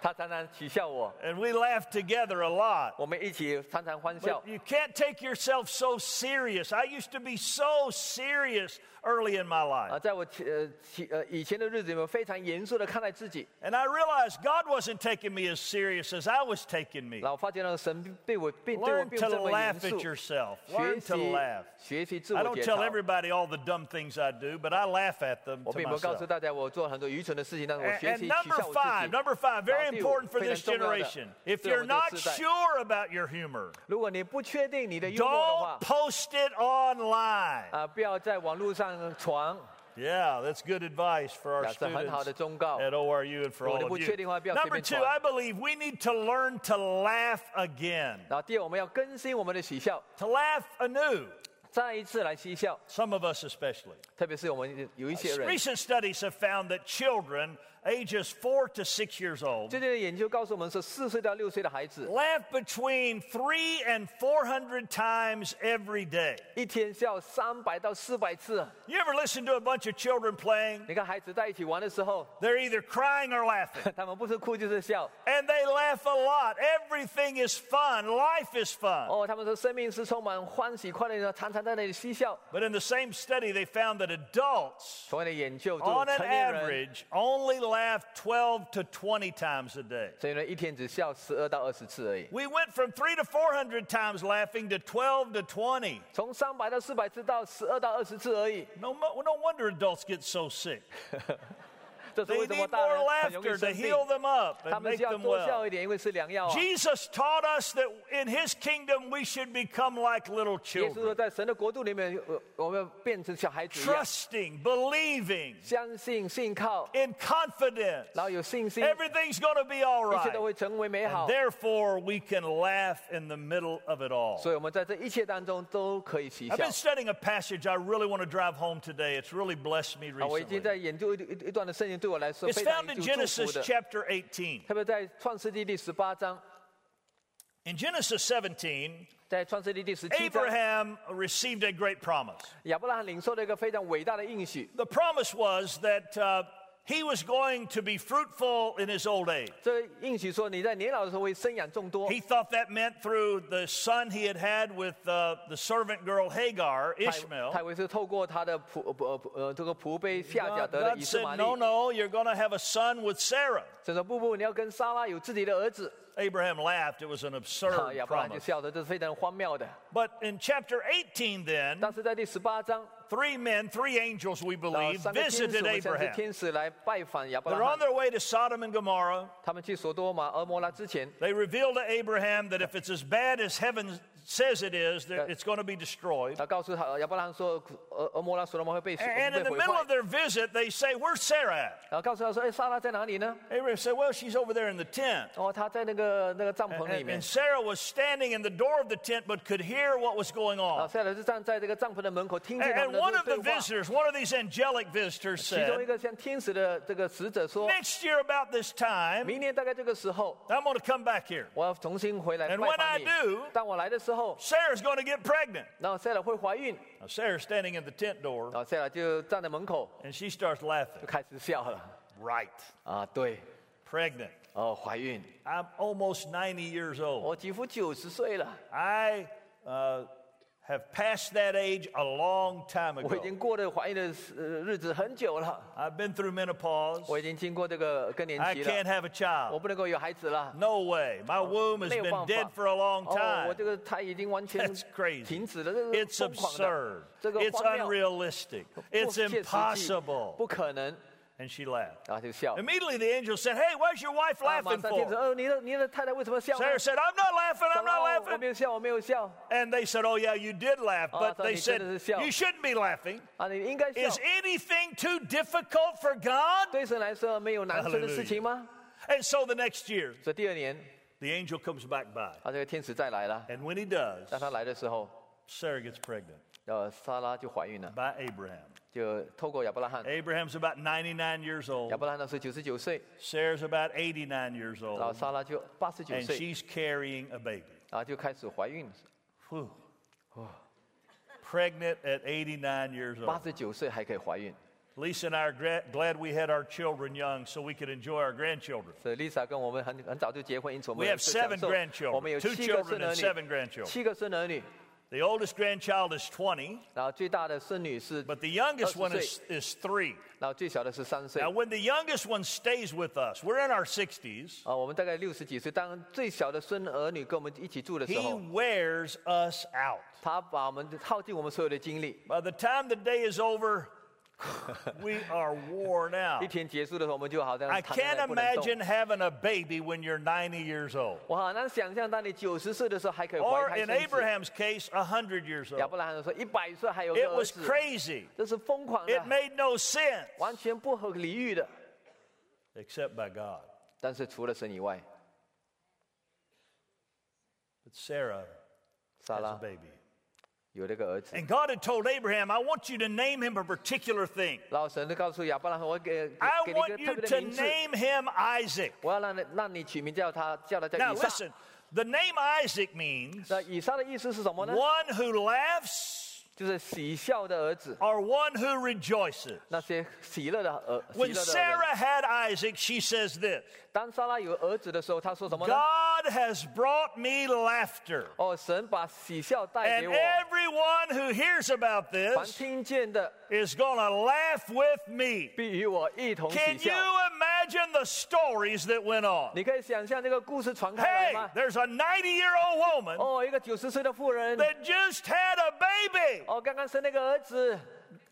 Speaker 2: 她常常取笑我，
Speaker 1: and we laugh together a lot.
Speaker 2: 我们一起常常欢笑
Speaker 1: But。you can't take yourself so serious. I used to be so serious early in my
Speaker 2: 啊，
Speaker 1: life.
Speaker 2: 在我其呃其呃以前的日子里面，非常严肃的看待自己，
Speaker 1: And I realized God wasn't taking me as serious as I was taking me.
Speaker 2: 然后发现了神对我并对我
Speaker 1: Learn
Speaker 2: 并
Speaker 1: to
Speaker 2: 不这么严
Speaker 1: laugh
Speaker 2: 肃
Speaker 1: at。yourself.
Speaker 2: 学
Speaker 1: Learn to
Speaker 2: 习
Speaker 1: laugh.
Speaker 2: 学习自
Speaker 1: I
Speaker 2: 我
Speaker 1: don't
Speaker 2: 解
Speaker 1: tell
Speaker 2: 嘲。
Speaker 1: everybody all the dumb things I do, but I laugh at them
Speaker 2: 我
Speaker 1: to
Speaker 2: 并不告
Speaker 1: myself.
Speaker 2: 诉大家我做很多愚蠢的事情，但是我
Speaker 1: And,
Speaker 2: 学
Speaker 1: and
Speaker 2: 习取
Speaker 1: number
Speaker 2: 笑我自
Speaker 1: five,
Speaker 2: 己。
Speaker 1: number five, very
Speaker 2: 然后第五
Speaker 1: important for
Speaker 2: 非常
Speaker 1: this
Speaker 2: 重要的
Speaker 1: generation. If
Speaker 2: 对我
Speaker 1: you're
Speaker 2: 们这个
Speaker 1: not
Speaker 2: 时代
Speaker 1: sure about your humor,
Speaker 2: 如果你不确定你的幽默的话
Speaker 1: don't，post it online.
Speaker 2: 啊，不要在网络上传。
Speaker 1: Yeah, that's good advice for our
Speaker 2: 呀，这很好的
Speaker 1: students
Speaker 2: 忠告。
Speaker 1: at ORU and for
Speaker 2: 如果
Speaker 1: all
Speaker 2: 你
Speaker 1: of
Speaker 2: 不
Speaker 1: you.
Speaker 2: 确定的话，不要随
Speaker 1: Number
Speaker 2: 便
Speaker 1: two,
Speaker 2: 传。
Speaker 1: I believe we need to learn to laugh again,
Speaker 2: 然后第二，我们要更新我们的喜笑，
Speaker 1: to laugh anew,
Speaker 2: 再一次来嬉笑。
Speaker 1: some of us especially.
Speaker 2: 特别是我们有一些人，
Speaker 1: Recent studies have found that children ages four to six years old
Speaker 2: 最近的研究告诉我们说，四岁到六岁的孩子
Speaker 1: laugh between three and 400 times every day.
Speaker 2: 一天笑三百到四百次。
Speaker 1: You ever listen to a bunch of children playing?
Speaker 2: 你看孩子在一起玩的时候，
Speaker 1: They're either crying or laughing.
Speaker 2: 他们不是哭就是笑。
Speaker 1: And they laugh a lot. Everything is fun. Life is fun.
Speaker 2: 哦，他们说生命是充满欢喜快乐的，常常在那里嬉笑。
Speaker 1: But in the same study, they found that adults,
Speaker 2: 同样的研究，这种
Speaker 1: on
Speaker 2: 成
Speaker 1: an
Speaker 2: 年人，
Speaker 1: average, only laugh 12 to 20 times a day.
Speaker 2: 所以呢，一天只笑十二到二十次而已。
Speaker 1: We went from three to 400 times laughing to 12 to 20.
Speaker 2: 从三百到四百次到十二到二十次而已，
Speaker 1: No, mo- no wonder adults get so sick.
Speaker 2: 这是
Speaker 1: They
Speaker 2: 为什么
Speaker 1: need
Speaker 2: 大
Speaker 1: more
Speaker 2: 人很容易
Speaker 1: laughter to
Speaker 2: 生病。
Speaker 1: heal them up
Speaker 2: 他
Speaker 1: and
Speaker 2: 们
Speaker 1: make
Speaker 2: 需要
Speaker 1: them
Speaker 2: 多
Speaker 1: well.
Speaker 2: 笑一点，因为是良药啊。
Speaker 1: Jesus taught us that in his kingdom we should become like little
Speaker 2: 耶稣说，
Speaker 1: children,
Speaker 2: 在神的国度里面，呃我们要变成小孩子一样，
Speaker 1: trusting, believing,
Speaker 2: 相信、信靠，
Speaker 1: in confidence.
Speaker 2: 然后有信心，一
Speaker 1: Everything's going to be all
Speaker 2: 切都
Speaker 1: right.
Speaker 2: 会成为美
Speaker 1: And
Speaker 2: 好。
Speaker 1: therefore, we can laugh in the middle of it all.
Speaker 2: 所以，我们在这一切当中都可以嬉
Speaker 1: I've
Speaker 2: 笑
Speaker 1: been。studying a passage I really want to drive home today. It's really blessed me
Speaker 2: 啊，我已经
Speaker 1: recently.
Speaker 2: 在研究一一一段的圣经，对我来说
Speaker 1: It's
Speaker 2: 非常
Speaker 1: found
Speaker 2: 有
Speaker 1: in
Speaker 2: 祝福
Speaker 1: Genesis
Speaker 2: 的。
Speaker 1: chapter 18.
Speaker 2: 特别在创世纪第十八章，
Speaker 1: In Genesis 17,
Speaker 2: 在创世纪第十七章，
Speaker 1: Abraham received a great promise.
Speaker 2: 亚伯拉罕领受了一个非常伟大的应许。
Speaker 1: The promise was that uh, he was going to be fruitful in his old age.
Speaker 2: 这个应许说，你在年老的时候会生养众多。
Speaker 1: He thought that meant through the son he had had with uh, the servant girl Hagar,
Speaker 2: 泰
Speaker 1: Ishmael.
Speaker 2: 泰维是透过他的仆呃仆呃这个仆婢夏甲
Speaker 1: God,
Speaker 2: 得的
Speaker 1: God
Speaker 2: 以斯
Speaker 1: said,
Speaker 2: 玛利，
Speaker 1: No, no, you're going to have a son with Sarah.
Speaker 2: 神说不不，你要跟莎拉有自己的儿子。
Speaker 1: Abraham laughed. It was an
Speaker 2: 啊，
Speaker 1: absurd
Speaker 2: 亚伯拉罕就
Speaker 1: Oh, promise.
Speaker 2: 笑的，这是非常荒谬的。
Speaker 1: But in chapter 18, then,
Speaker 2: 但是在第十八章，
Speaker 1: three men, three angels, we
Speaker 2: 呃
Speaker 1: believe,
Speaker 2: 三个天使，
Speaker 1: visited
Speaker 2: 我相信
Speaker 1: Abraham.
Speaker 2: 天使来拜访亚伯
Speaker 1: They're
Speaker 2: 拉
Speaker 1: on
Speaker 2: 罕，
Speaker 1: their way to Sodom and Gomorrah.
Speaker 2: 他们去索多玛、俄摩拉之前，
Speaker 1: They reveal to Abraham that if it's as bad as heaven says it is, that
Speaker 2: Yeah.
Speaker 1: it's going to be destroyed.
Speaker 2: 他告诉他亚伯拉罕说，俄俄摩拉、索多玛会被
Speaker 1: A- And
Speaker 2: 被
Speaker 1: in the
Speaker 2: 毁
Speaker 1: middle
Speaker 2: 坏
Speaker 1: of。their visit, they say, Where's Sarah at?
Speaker 2: 然后告诉他说，哎，莎拉在哪里呢？
Speaker 1: Abraham said, Well, she's over there in the tent.
Speaker 2: 哦，他在那个那个帐篷里
Speaker 1: And,
Speaker 2: 面
Speaker 1: and。Sarah was standing in the door of the tent but could hear what was going
Speaker 2: 啊，
Speaker 1: on.
Speaker 2: 塞尔就站在这个帐篷的门口，听
Speaker 1: And,
Speaker 2: 见他
Speaker 1: and
Speaker 2: 们的
Speaker 1: one
Speaker 2: 这
Speaker 1: of
Speaker 2: 个
Speaker 1: the
Speaker 2: 对话。
Speaker 1: visitors, one of these angelic visitors
Speaker 2: 其中一
Speaker 1: said,
Speaker 2: 个像天使的这个使者说，
Speaker 1: Next year, about this time,
Speaker 2: 明年大概这个时候，
Speaker 1: I'm going to come back here.
Speaker 2: 我要重新回来
Speaker 1: And
Speaker 2: 拜
Speaker 1: when I
Speaker 2: 访你
Speaker 1: do-
Speaker 2: 当我来的时候，
Speaker 1: Sarah's going to get pregnant.
Speaker 2: 然后塞尔会怀孕，
Speaker 1: Now, Sarah's standing in the tent
Speaker 2: 然
Speaker 1: door
Speaker 2: 后塞尔就站在门口
Speaker 1: and she starts laughing.
Speaker 2: 就开始笑了。
Speaker 1: Right,
Speaker 2: 啊，对，
Speaker 1: pregnant.
Speaker 2: 哦，怀孕，
Speaker 1: I'm almost 90 years old.
Speaker 2: 我几乎九十岁了，
Speaker 1: I uh, have passed that age a long time
Speaker 2: 我已
Speaker 1: ago.
Speaker 2: 经过了怀孕的时呃日子很久了，
Speaker 1: I've been through menopause.
Speaker 2: 我已经经过这个更年
Speaker 1: I
Speaker 2: 期了
Speaker 1: can't，have a
Speaker 2: 我
Speaker 1: child.
Speaker 2: 不能够有孩子了。
Speaker 1: No way. My
Speaker 2: Oh,
Speaker 1: womb has
Speaker 2: 没有
Speaker 1: been
Speaker 2: 办
Speaker 1: dead
Speaker 2: 法
Speaker 1: for a long
Speaker 2: 哦，
Speaker 1: time.
Speaker 2: 我这个胎已经完全
Speaker 1: That's crazy.
Speaker 2: Oh, 停止了，这个
Speaker 1: It's
Speaker 2: 疯狂的
Speaker 1: absurd.，
Speaker 2: 这个
Speaker 1: It's
Speaker 2: 荒谬，
Speaker 1: unrealistic.
Speaker 2: 不
Speaker 1: It's
Speaker 2: 切实际
Speaker 1: impossible.
Speaker 2: 不可能。啊
Speaker 1: And she laughed.
Speaker 2: 然后就笑。
Speaker 1: Immediately the angel said, Hey, what's your wife
Speaker 2: 啊马
Speaker 1: laughing
Speaker 2: 上天使，
Speaker 1: for?
Speaker 2: 哦，你的你的太太为什么笑呢？
Speaker 1: Sarah said, I'm not laughing.
Speaker 2: 他
Speaker 1: I'm
Speaker 2: 说
Speaker 1: not
Speaker 2: 哦我
Speaker 1: laughing.
Speaker 2: 没有笑，我没有笑。
Speaker 1: And they said, Oh, yeah, you did laugh.
Speaker 2: Oh,
Speaker 1: But
Speaker 2: I thought
Speaker 1: they
Speaker 2: you
Speaker 1: said,
Speaker 2: did it yourself.
Speaker 1: You shouldn't be laughing.
Speaker 2: 啊，你应该笑。
Speaker 1: Is anything too difficult for God?
Speaker 2: 对神来说，没有难成的事情吗？
Speaker 1: And so the next year,
Speaker 2: 所以第二年，
Speaker 1: the angel comes back by.
Speaker 2: 啊，这个天使再来了。
Speaker 1: And when he does,
Speaker 2: 当他来的时候，
Speaker 1: Sarah gets pregnant
Speaker 2: 呃，莎拉就怀孕了，
Speaker 1: by Abraham.
Speaker 2: 就透过亚伯拉罕。
Speaker 1: Abraham's about 99 years old.
Speaker 2: 亚伯拉罕那时候九十九岁，
Speaker 1: Sarah's about 89 years
Speaker 2: 然后
Speaker 1: old.
Speaker 2: 莎拉就八十九
Speaker 1: And
Speaker 2: 岁，
Speaker 1: she's carrying a baby.
Speaker 2: 然后就开始怀孕。
Speaker 1: Whew. Pregnant at 89 years
Speaker 2: 八
Speaker 1: old.
Speaker 2: 十九岁还可以怀孕。
Speaker 1: Lisa and I are gra- glad we had our children young so we could enjoy our grandchildren.
Speaker 2: 所以 Lisa 跟我们很很早就结婚，因此我们
Speaker 1: We have
Speaker 2: 就享
Speaker 1: seven
Speaker 2: 受
Speaker 1: grandchildren,
Speaker 2: 我们有
Speaker 1: two
Speaker 2: 七
Speaker 1: children
Speaker 2: 个孙
Speaker 1: and
Speaker 2: 儿
Speaker 1: seven
Speaker 2: 女，
Speaker 1: grandchildren.
Speaker 2: 七个孙儿女，
Speaker 1: The oldest grandchild is 20,
Speaker 2: 然后最大的孙女是，
Speaker 1: but the youngest
Speaker 2: That's
Speaker 1: one
Speaker 2: the
Speaker 1: is, is three.
Speaker 2: 然后最小的是三岁
Speaker 1: Now,。when the youngest one stays with us, we're in our 60s,
Speaker 2: 啊，我们大概六十几岁，当最小的孙儿女跟我们一起住的时
Speaker 1: he
Speaker 2: 候，
Speaker 1: wears us out.
Speaker 2: 他把我们耗尽我们所有的精力。
Speaker 1: By the time the day is over, we are worn
Speaker 2: 一
Speaker 1: out.
Speaker 2: 天结束的时候，我们就好像
Speaker 1: 啊 I
Speaker 2: 躺在那
Speaker 1: can't
Speaker 2: 不能动
Speaker 1: imagine having a baby when you're 90 years old.
Speaker 2: 我好难想象，当你九十岁的时候还可以怀
Speaker 1: Or
Speaker 2: 胎
Speaker 1: in
Speaker 2: 生子。
Speaker 1: Abraham's case, 100 years
Speaker 2: 亚
Speaker 1: old.
Speaker 2: 伯拉罕说，一百岁还有个
Speaker 1: It
Speaker 2: 儿
Speaker 1: was
Speaker 2: 子，
Speaker 1: crazy.
Speaker 2: 这是疯狂
Speaker 1: It
Speaker 2: 的，
Speaker 1: made no sense
Speaker 2: 完全不合理喻的。
Speaker 1: except by God.
Speaker 2: 但是除了神以外，
Speaker 1: But Sarah
Speaker 2: 莎
Speaker 1: has a
Speaker 2: 拉
Speaker 1: baby.
Speaker 2: 有了个儿子。
Speaker 1: And God had told Abraham, I want you to name him a particular thing.
Speaker 2: 然后神就告诉亚伯拉罕，我给给
Speaker 1: I
Speaker 2: 给你一
Speaker 1: want
Speaker 2: 个特
Speaker 1: you
Speaker 2: 别的
Speaker 1: to
Speaker 2: 名字，
Speaker 1: name him Isaac.
Speaker 2: 我要让你让你取名叫他叫他叫
Speaker 1: Now
Speaker 2: 以撒
Speaker 1: listen,。the name Isaac means
Speaker 2: 那以撒的意思是什么呢？
Speaker 1: one who laughs
Speaker 2: 就是喜笑的儿子，
Speaker 1: or one who rejoices.
Speaker 2: 那些喜乐的儿，喜
Speaker 1: When
Speaker 2: 乐的儿。
Speaker 1: Sarah had Isaac, she says this
Speaker 2: 当莎拉有儿子的时候，她说什么呢？
Speaker 1: God has brought me laughter.
Speaker 2: 哦，神把喜笑带
Speaker 1: And
Speaker 2: 给我，
Speaker 1: everyone who hears about
Speaker 2: 凡
Speaker 1: this
Speaker 2: 听见的
Speaker 1: is going to laugh with me.
Speaker 2: 必与我一同
Speaker 1: Can
Speaker 2: 喜
Speaker 1: you
Speaker 2: 笑。
Speaker 1: imagine the stories that went on?
Speaker 2: 你可以想象这个故事传开来
Speaker 1: Hey,
Speaker 2: 吗？
Speaker 1: there's a 90 year old woman
Speaker 2: 哦，一个九十岁的妇人，
Speaker 1: that just had a baby.
Speaker 2: 哦，刚刚生了个儿子，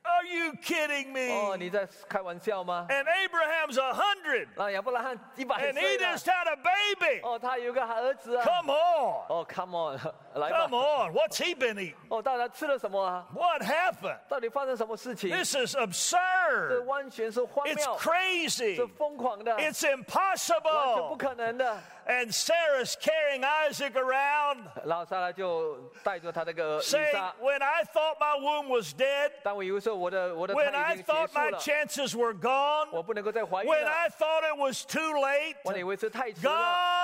Speaker 1: Are you kidding me?
Speaker 2: 哦，你在开玩笑吗？
Speaker 1: And Abraham's a hundred,
Speaker 2: 那亚伯拉罕一百
Speaker 1: and he
Speaker 2: 岁了
Speaker 1: just，had a baby.
Speaker 2: 哦，他有个儿子啊。
Speaker 1: Come on,
Speaker 2: 哦，Come on，来
Speaker 1: come
Speaker 2: 吧。
Speaker 1: on. What's he been eating?
Speaker 2: 哦，大家吃了什么啊？
Speaker 1: What happened?
Speaker 2: 到底发生什么事情？
Speaker 1: This is
Speaker 2: 这
Speaker 1: absurd.
Speaker 2: 完全是荒
Speaker 1: It's
Speaker 2: 谬，
Speaker 1: crazy.
Speaker 2: 是疯狂的，完
Speaker 1: It's
Speaker 2: 全不
Speaker 1: impossible.
Speaker 2: 可能的。
Speaker 1: and Sarah's carrying Isaac around,
Speaker 2: 然后莎拉就带着她那个以
Speaker 1: saying,
Speaker 2: 撒。
Speaker 1: When I thought my womb was dead,
Speaker 2: 当我以为说我的我的
Speaker 1: when
Speaker 2: 胎
Speaker 1: I
Speaker 2: 已经结
Speaker 1: thought
Speaker 2: 束
Speaker 1: my
Speaker 2: 了，
Speaker 1: chances were gone,
Speaker 2: 我不能够再怀孕
Speaker 1: when I
Speaker 2: 了，
Speaker 1: thought it was too
Speaker 2: 我以
Speaker 1: late,
Speaker 2: 为是太迟了。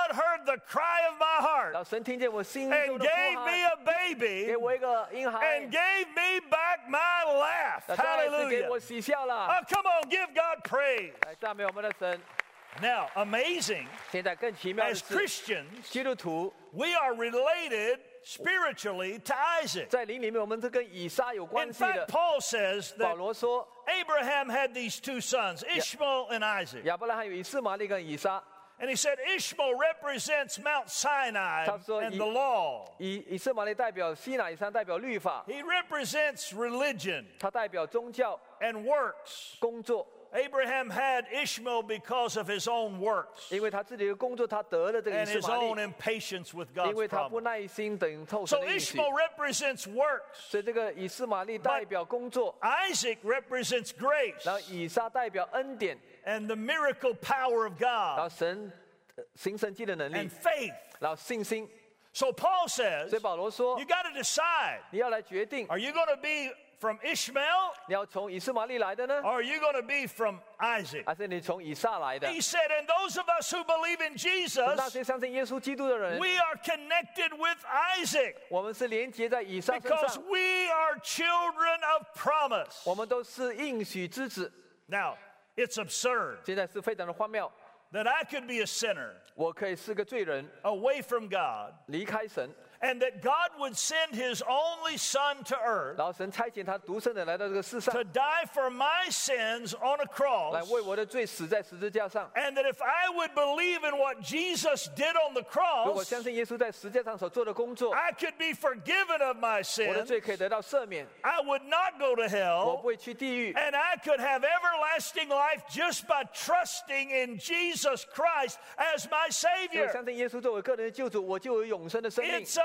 Speaker 1: God heard the cry of my
Speaker 2: 然
Speaker 1: heart
Speaker 2: 后神听见我心中
Speaker 1: and
Speaker 2: 的呼
Speaker 1: gave me
Speaker 2: 喊，
Speaker 1: a baby
Speaker 2: 给我一个婴孩
Speaker 1: and，gave me back my laugh.
Speaker 2: 那再一次
Speaker 1: Hallelujah.
Speaker 2: 给我喜笑了。
Speaker 1: Oh, come on, give God praise.
Speaker 2: 来赞美我们的神。
Speaker 1: Now, amazing,
Speaker 2: 现在更奇妙的
Speaker 1: as
Speaker 2: 是，
Speaker 1: Christians,
Speaker 2: 基督徒
Speaker 1: we are related spiritually to Isaac.
Speaker 2: 在灵里面，我们是跟以撒有
Speaker 1: In
Speaker 2: 关系
Speaker 1: fact,
Speaker 2: 的。
Speaker 1: Paul says
Speaker 2: 保
Speaker 1: that
Speaker 2: 罗说，
Speaker 1: Abraham had these two sons, Ishmael and Isaac.
Speaker 2: 亚伯拉罕有以斯玛利跟以撒，
Speaker 1: And he said Ishmael represents Mount Sinai
Speaker 2: Stop, so
Speaker 1: and
Speaker 2: you-
Speaker 1: the law.
Speaker 2: 以以斯玛利代表西乃山，代表律法，
Speaker 1: He represents religion
Speaker 2: 他代表宗教
Speaker 1: and works.
Speaker 2: 工作，
Speaker 1: Abraham had Ishmael because of his own works
Speaker 2: 因为他自己的工作，他得了这个
Speaker 1: and
Speaker 2: 以斯
Speaker 1: his
Speaker 2: 玛
Speaker 1: own
Speaker 2: 利，
Speaker 1: impatience with
Speaker 2: 因
Speaker 1: God's
Speaker 2: 为他不
Speaker 1: promise.
Speaker 2: 耐心等候神
Speaker 1: So
Speaker 2: 的应许。
Speaker 1: Ishmael represents works.
Speaker 2: 所以这个以斯玛利代表工作，
Speaker 1: Isaac represents grace
Speaker 2: 然后以撒代表恩典，
Speaker 1: and the miracle power of
Speaker 2: 然后
Speaker 1: God
Speaker 2: 神呃行神迹的能力
Speaker 1: and，faith.
Speaker 2: 然后信心。
Speaker 1: So Paul says
Speaker 2: 所以保罗说
Speaker 1: you，got to decide
Speaker 2: 你要来决定，
Speaker 1: are you going to be from Ishmael
Speaker 2: 你要从以斯玛利来的呢
Speaker 1: or，are you going to be from Isaac?
Speaker 2: 还是你从以撒来的？
Speaker 1: He said, and those of us who believe in
Speaker 2: 那
Speaker 1: Jesus,
Speaker 2: 些相信耶稣基督的人，
Speaker 1: we are connected with Isaac
Speaker 2: 我们是连接在以撒身
Speaker 1: because
Speaker 2: 上，
Speaker 1: we are children of promise.
Speaker 2: 我们都是应许之子。
Speaker 1: Now, it's absurd
Speaker 2: 现在是非常的荒谬，
Speaker 1: that I could be a sinner
Speaker 2: 我可以是个罪人，
Speaker 1: away from God
Speaker 2: 离开神，
Speaker 1: and that God would send his only son to earth
Speaker 2: 然后神差遣他独生的来到这个世上
Speaker 1: to，die for my sins on a
Speaker 2: 来
Speaker 1: cross.
Speaker 2: 为我的罪死在十字架上。
Speaker 1: And that if I would believe in what Jesus did on the
Speaker 2: 如
Speaker 1: cross,
Speaker 2: 果相信耶稣在十字架上所做的工作，
Speaker 1: I could be forgiven of my
Speaker 2: 我的
Speaker 1: sins.
Speaker 2: 罪可以得到赦免，
Speaker 1: I would not go to
Speaker 2: 我
Speaker 1: hell.
Speaker 2: 不会去地狱，
Speaker 1: And I could have everlasting life just by trusting in Jesus Christ as my
Speaker 2: 因为
Speaker 1: Savior.
Speaker 2: 相信耶稣作为个人的救主，我就有永生的生命。
Speaker 1: It's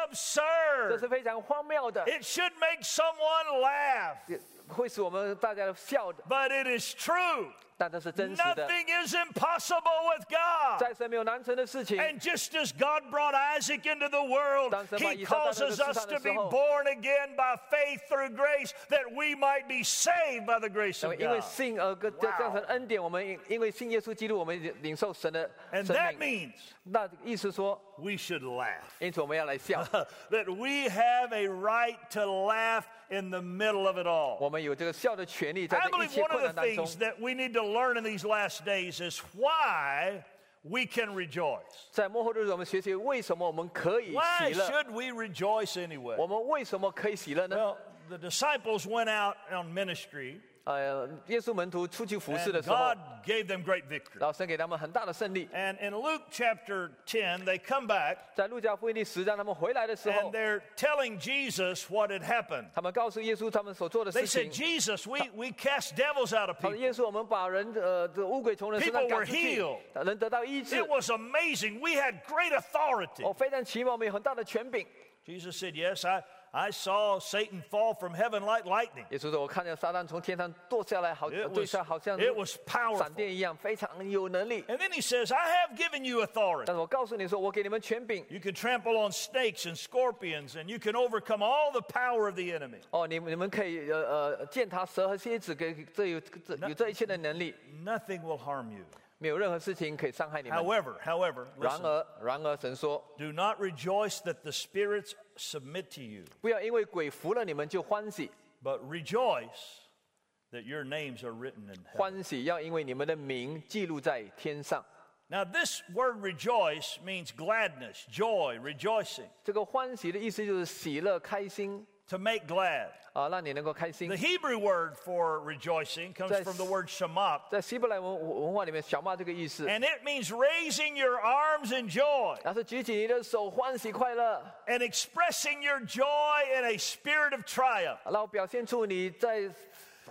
Speaker 2: 这是
Speaker 1: absurd.
Speaker 2: 非常荒谬的，
Speaker 1: It should make someone laugh,
Speaker 2: 也会使我们大家笑的，
Speaker 1: but it is true.
Speaker 2: 但这是真实的。
Speaker 1: Nothing is impossible with God.
Speaker 2: 在神没有难成的事情，
Speaker 1: And just as God brought Isaac into the world, He causes us to be born again by faith through grace that we might be saved by the grace
Speaker 2: 那
Speaker 1: of
Speaker 2: 么因为
Speaker 1: God.
Speaker 2: 信而跟加加上恩典，我们因因为信耶稣基督，我们领领受神的
Speaker 1: And
Speaker 2: 生
Speaker 1: that
Speaker 2: 命。
Speaker 1: means
Speaker 2: 那意思说，
Speaker 1: we should laugh.
Speaker 2: 因此我们要 来笑，
Speaker 1: that we have a right to laugh in the middle of it all.
Speaker 2: 我们有这个笑的权利，在
Speaker 1: I
Speaker 2: 这一
Speaker 1: believe
Speaker 2: 切
Speaker 1: one
Speaker 2: 困
Speaker 1: of
Speaker 2: 难
Speaker 1: the
Speaker 2: 当中
Speaker 1: things，that we need to learn in these last days is why we can rejoice.
Speaker 2: 在幕后日子，我们学习为什么我们可以
Speaker 1: Why
Speaker 2: 喜乐，
Speaker 1: should we rejoice anyway?
Speaker 2: 我们为什么可以喜乐呢？
Speaker 1: Well, the disciples went out on ministry,
Speaker 2: 呃，耶稣门徒出去服侍的
Speaker 1: and
Speaker 2: 时候
Speaker 1: God，gave them great victory.
Speaker 2: 老神给他们很大的胜利。
Speaker 1: And in Luke chapter 10, they come back
Speaker 2: 在路加福音第十章，他们回来的时
Speaker 1: and
Speaker 2: 候，
Speaker 1: they're telling Jesus what had happened.
Speaker 2: 他们告诉耶稣他们所做的
Speaker 1: They
Speaker 2: 事
Speaker 1: said,
Speaker 2: 情。
Speaker 1: Jesus, we, we cast devils out of
Speaker 2: 他说：“
Speaker 1: people.
Speaker 2: 耶稣，我们把人呃这乌鬼从人身上
Speaker 1: People
Speaker 2: 赶
Speaker 1: were
Speaker 2: 出去
Speaker 1: healed.，
Speaker 2: 人得到医治
Speaker 1: It。was amazing. We had great authority.
Speaker 2: 哦，非常奇妙，我们有很大的权柄。
Speaker 1: Oh, Jesus said, Yes, I, I saw Satan fall from heaven like lightning. ”
Speaker 2: 耶稣说：“我看见撒旦从天上堕下来，好
Speaker 1: It
Speaker 2: 对
Speaker 1: was,
Speaker 2: 上好像
Speaker 1: it was
Speaker 2: 闪
Speaker 1: powerful.
Speaker 2: 电一样，非常有能力。
Speaker 1: And then he says, I have given you authority.
Speaker 2: 但是我告诉你说，我给你们权柄
Speaker 1: You can trample on snakes and scorpions, and you can overcome all the power of the enemy.
Speaker 2: 哦，你们你们可以呃呃践踏蛇和蝎子，给给这有这有这一切的能力，
Speaker 1: Nothing will harm you.
Speaker 2: 没有任何事情可以伤害你们。
Speaker 1: However, however,
Speaker 2: 然
Speaker 1: listen,
Speaker 2: 而，然而，神说，
Speaker 1: do not rejoice that the spirits submit to you,
Speaker 2: 不要因为鬼服了你们就欢喜，
Speaker 1: but rejoice that your names are written in heaven.
Speaker 2: 欢喜要因为你们的名记录在天上。
Speaker 1: Now, this word rejoice means gladness, joy, rejoicing,
Speaker 2: 这个欢喜的意思就是喜乐、开心
Speaker 1: to make glad.
Speaker 2: 啊，让你能够开心
Speaker 1: The。Hebrew word for rejoicing comes
Speaker 2: That's-
Speaker 1: from the word shamak,
Speaker 2: 在希伯来文文化里面，小骂这个意思，
Speaker 1: and it means raising your arms in joy
Speaker 2: 然后举起你的手，欢喜快乐，
Speaker 1: and expressing your joy in a spirit of triumph.
Speaker 2: 然后表现出你在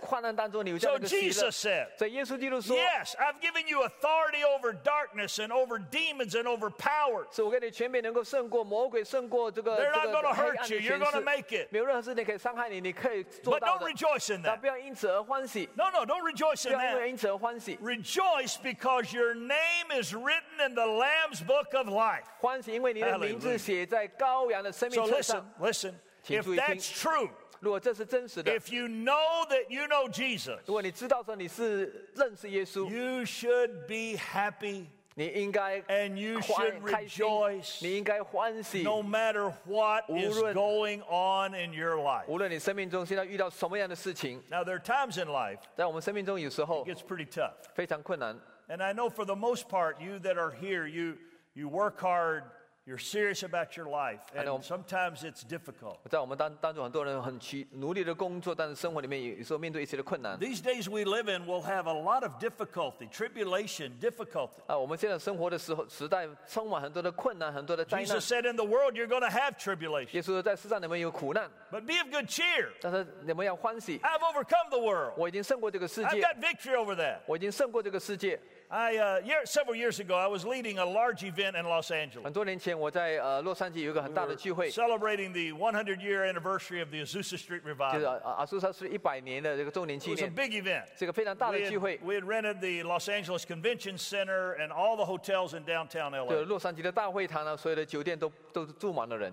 Speaker 2: 患难当中留下
Speaker 1: So
Speaker 2: 那个喜乐
Speaker 1: Jesus。said,
Speaker 2: 所以耶稣基督说：“
Speaker 1: Yes, I've given you authority over darkness and over demons and over powers.
Speaker 2: 是我给你权柄，能够胜过魔鬼，胜过这个
Speaker 1: They're not
Speaker 2: 这个
Speaker 1: gonna
Speaker 2: 黑
Speaker 1: hurt
Speaker 2: 暗
Speaker 1: you.
Speaker 2: 的
Speaker 1: You're
Speaker 2: 权
Speaker 1: gonna
Speaker 2: 势。
Speaker 1: make it.
Speaker 2: 没有任何事情可以伤害你，你可以做
Speaker 1: But
Speaker 2: 到
Speaker 1: don't
Speaker 2: 的。
Speaker 1: rejoice in
Speaker 2: 但
Speaker 1: that.
Speaker 2: 不要因此而欢喜，
Speaker 1: No, no, don't rejoice in
Speaker 2: 不要因
Speaker 1: that.
Speaker 2: 为因此而欢喜，
Speaker 1: Rejoice because your name is written in the Lamb's book of life.
Speaker 2: 欢喜因为你的
Speaker 1: Hallelujah
Speaker 2: 名字写在羔羊的生
Speaker 1: So
Speaker 2: 命册
Speaker 1: listen,
Speaker 2: 上。
Speaker 1: listen.
Speaker 2: 请
Speaker 1: If
Speaker 2: 注意听。
Speaker 1: that's true,
Speaker 2: 如果这是真实的，
Speaker 1: if you know that you know Jesus,
Speaker 2: 如果你知道说你是认识耶稣，
Speaker 1: you should be happy
Speaker 2: 你应该
Speaker 1: and you
Speaker 2: 欢
Speaker 1: should
Speaker 2: 开心，你
Speaker 1: rejoice
Speaker 2: 应该欢喜。
Speaker 1: no matter what is
Speaker 2: 无论-
Speaker 1: going on in your life.
Speaker 2: 无论你生命中现在遇到什么样的事情，
Speaker 1: Now, there are times in life
Speaker 2: 在我们生命中有时候
Speaker 1: it gets pretty tough.
Speaker 2: 非常困难。
Speaker 1: And I know for the most part, you that are here, you, you work hard, you're serious about your life,
Speaker 2: know.
Speaker 1: and sometimes it's difficult.
Speaker 2: 在我们当当中，很多人很去努力的工作，但是生活里面有有时候面对一些的困难。
Speaker 1: These days we live in will have a lot of difficulty, tribulation, difficulty.
Speaker 2: 啊，我们现在生活的时候时代充满很多的困难，很多的灾难
Speaker 1: Jesus。said, In the world, you're going to have tribulation,
Speaker 2: 耶稣说，在世上你们有苦难，
Speaker 1: but be of good cheer.
Speaker 2: 但是你们要欢喜。
Speaker 1: I've overcome the world.
Speaker 2: 我已经胜过这个世
Speaker 1: I've
Speaker 2: 界，
Speaker 1: got victory over that.
Speaker 2: 我已经胜过这个世界。
Speaker 1: I, uh, year, several years ago, I was leading a large event in Los
Speaker 2: 很
Speaker 1: Angeles.
Speaker 2: 多年前，我在呃洛杉矶有一个很大的聚
Speaker 1: We're
Speaker 2: 会，
Speaker 1: celebrating the 100 year anniversary of the Azusa Street
Speaker 2: 就是
Speaker 1: Revival.
Speaker 2: 呃阿苏萨是一百年的这个周年
Speaker 1: It
Speaker 2: 纪
Speaker 1: was a
Speaker 2: 念，
Speaker 1: big event.
Speaker 2: 是一个非常大
Speaker 1: We
Speaker 2: 的聚
Speaker 1: had,
Speaker 2: 会。
Speaker 1: we had rented the Los Angeles Convention Center and all the hotels in downtown
Speaker 2: 就
Speaker 1: LA.
Speaker 2: 洛杉矶的大会堂呢，所有的酒店都都是住满了人。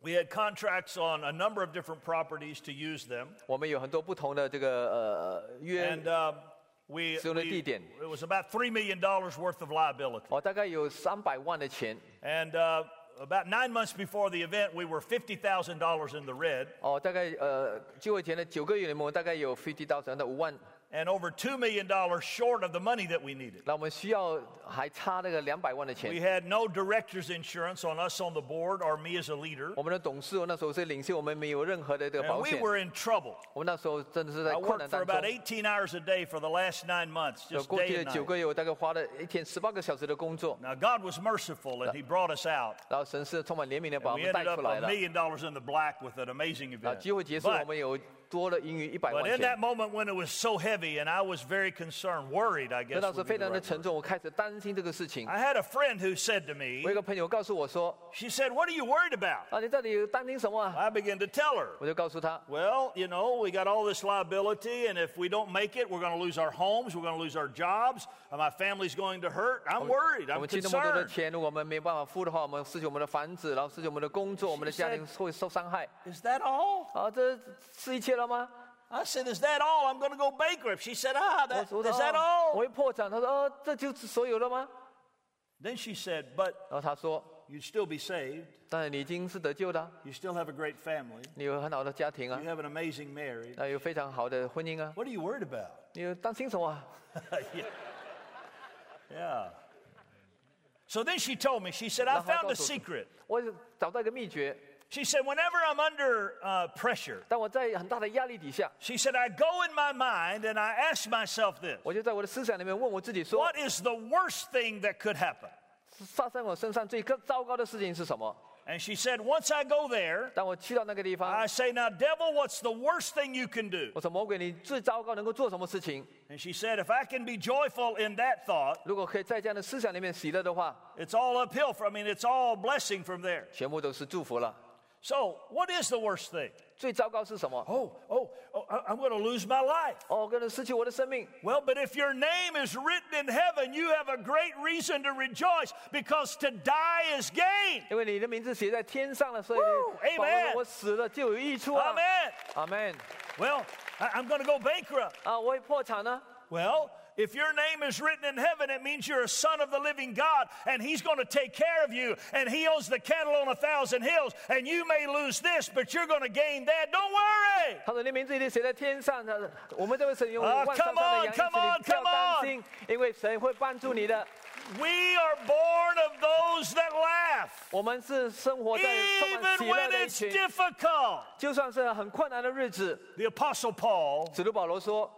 Speaker 1: We had contracts on a number of different properties to use them.
Speaker 2: 我们有很多不同的这个呃约
Speaker 1: And um, we,
Speaker 2: 使用的地点。
Speaker 1: we- it was about $3 million worth of liability.
Speaker 2: 哦，大概有三百万的钱
Speaker 1: And uh, about nine months before the event, we were $50,000 in the red.
Speaker 2: 哦，大概呃聚会前的九个月里面，我们大概有 fifty thousand 到五万，
Speaker 1: and over $2 million short of the money that we needed.
Speaker 2: 那我们需要还差那个两百万的
Speaker 1: We
Speaker 2: 钱。
Speaker 1: had no director's insurance on us on the board or me as a leader.
Speaker 2: 我们的董事哦那时候是领袖，我们没有任何的这个
Speaker 1: And
Speaker 2: 保
Speaker 1: we
Speaker 2: 险。
Speaker 1: were in trouble.
Speaker 2: 我们那时候真的是在
Speaker 1: I
Speaker 2: 困难
Speaker 1: worked for
Speaker 2: 当
Speaker 1: about
Speaker 2: 中。
Speaker 1: 18 hours a day for the last nine months,
Speaker 2: 就
Speaker 1: just
Speaker 2: 过
Speaker 1: day
Speaker 2: 去
Speaker 1: and
Speaker 2: 的九
Speaker 1: night.
Speaker 2: 个月，我大概花了一天十八个小时的工作，
Speaker 1: Now, God was merciful and He brought us out.
Speaker 2: 然后神是充满怜悯的把我
Speaker 1: We
Speaker 2: 们带
Speaker 1: ended up
Speaker 2: 出来
Speaker 1: a
Speaker 2: 了。
Speaker 1: million dollars in the black with an amazing
Speaker 2: 啊，
Speaker 1: event.
Speaker 2: 聚会结束，我
Speaker 1: But,
Speaker 2: 们有多了盈余一百
Speaker 1: but
Speaker 2: 万
Speaker 1: in
Speaker 2: 钱
Speaker 1: that。moment when it was so heavy and I was very concerned, worried, I
Speaker 2: 那
Speaker 1: guess.
Speaker 2: 当
Speaker 1: Would
Speaker 2: 时
Speaker 1: be
Speaker 2: 非
Speaker 1: the
Speaker 2: 常的
Speaker 1: right
Speaker 2: 沉
Speaker 1: word.
Speaker 2: 重，我开始担心这个事情。
Speaker 1: I had a friend who said to
Speaker 2: 我有
Speaker 1: me,
Speaker 2: 一个朋友告诉我说
Speaker 1: She said, What are you worried about?：“
Speaker 2: 啊，你到底担心什么啊
Speaker 1: I began to tell her.？”
Speaker 2: 我就告诉他
Speaker 1: Well, you know, we got all this liability, and if we don't make it, we're going to lose our homes, we're going to lose our jobs, and my family's going to hurt. I'm worried.：“ I'm
Speaker 2: 我们欠那么多的
Speaker 1: concerned.
Speaker 2: 钱，如果我们没有办法付的话，我们失去我们的房子，然后失去我们的工作，我们的家庭会受伤害。
Speaker 1: Is that all?
Speaker 2: 啊，这是一切了吗？”
Speaker 1: I said, Is that all? I'm going to go bankrupt. She said, Ah,
Speaker 2: 我
Speaker 1: that,
Speaker 2: 我说
Speaker 1: is that：“
Speaker 2: 哦我
Speaker 1: all?
Speaker 2: 会破产。”他说：“哦，这就是所有了吗
Speaker 1: Then she said, But？”
Speaker 2: 然后他说：“
Speaker 1: you'd still be saved.
Speaker 2: 但是你已经是得救的啊，
Speaker 1: You still have a great family.
Speaker 2: 你有很好的家庭啊
Speaker 1: You，have an amazing marriage.
Speaker 2: 那有非常好的婚姻啊，
Speaker 1: What are you worried about?
Speaker 2: 你有担心什么啊
Speaker 1: yeah. yeah. So then she told me, She said, I
Speaker 2: Now, how
Speaker 1: found a
Speaker 2: about those-
Speaker 1: secret.？”
Speaker 2: 我找到一个秘诀，
Speaker 1: She said, Whenever I'm under uh, pressure,
Speaker 2: 当我在很大的压力底下，
Speaker 1: She said, I go in my mind and I ask myself this
Speaker 2: 我就在我的思想里面问我自己说
Speaker 1: What is the worst thing that could happen?：
Speaker 2: 发生我身上最更糟糕的事情是什么？
Speaker 1: And she said, Once I go there,
Speaker 2: 当我去到那个地方，
Speaker 1: I say, Now, devil, what's the worst thing you can do?
Speaker 2: 我说魔鬼，你最糟糕能够做什么事情？
Speaker 1: And she said, If I can be joyful in that thought,
Speaker 2: 如果可以在这样的思想里面喜乐的话，
Speaker 1: it's all uphill from, I mean, it's all blessing from there.
Speaker 2: 全部都是祝福了。
Speaker 1: So, what is the worst thing?
Speaker 2: 最糟糕是什么？
Speaker 1: Oh, oh, oh I- I'm going to lose my life.
Speaker 2: 哦，我可能失去我的生命。
Speaker 1: Well, but if your name is written in heaven, you have a great reason to rejoice because to die is gain.
Speaker 2: 因为你的名字写在天上了，所以
Speaker 1: Woo, amen
Speaker 2: 保罗我死了就有益处啊！
Speaker 1: Amen.
Speaker 2: 阿门。
Speaker 1: Well, I- I'm going to go bankrupt.
Speaker 2: 啊，我会破产呢、
Speaker 1: Well, if your name is written in heaven, it means you're a son of the living God, and He's going to take care of you, and He owns the cattle on a thousand hills, and you may lose this, but you're going to gain that. Don't worry.
Speaker 2: 他说：“你名字已经写在天上的，我们这位神用万上
Speaker 1: 啊 come on,
Speaker 2: 上的羊一起，
Speaker 1: come on,
Speaker 2: 你不要
Speaker 1: come
Speaker 2: 担
Speaker 1: on
Speaker 2: 心，因为神会帮助你的。
Speaker 1: We are born of those that laugh,
Speaker 2: 我们是生活在充满
Speaker 1: even
Speaker 2: 喜乐
Speaker 1: when
Speaker 2: 的一
Speaker 1: it's
Speaker 2: 群，
Speaker 1: difficult.
Speaker 2: 就算是很困难的日子。
Speaker 1: The Apostle Paul
Speaker 2: 使徒保罗说，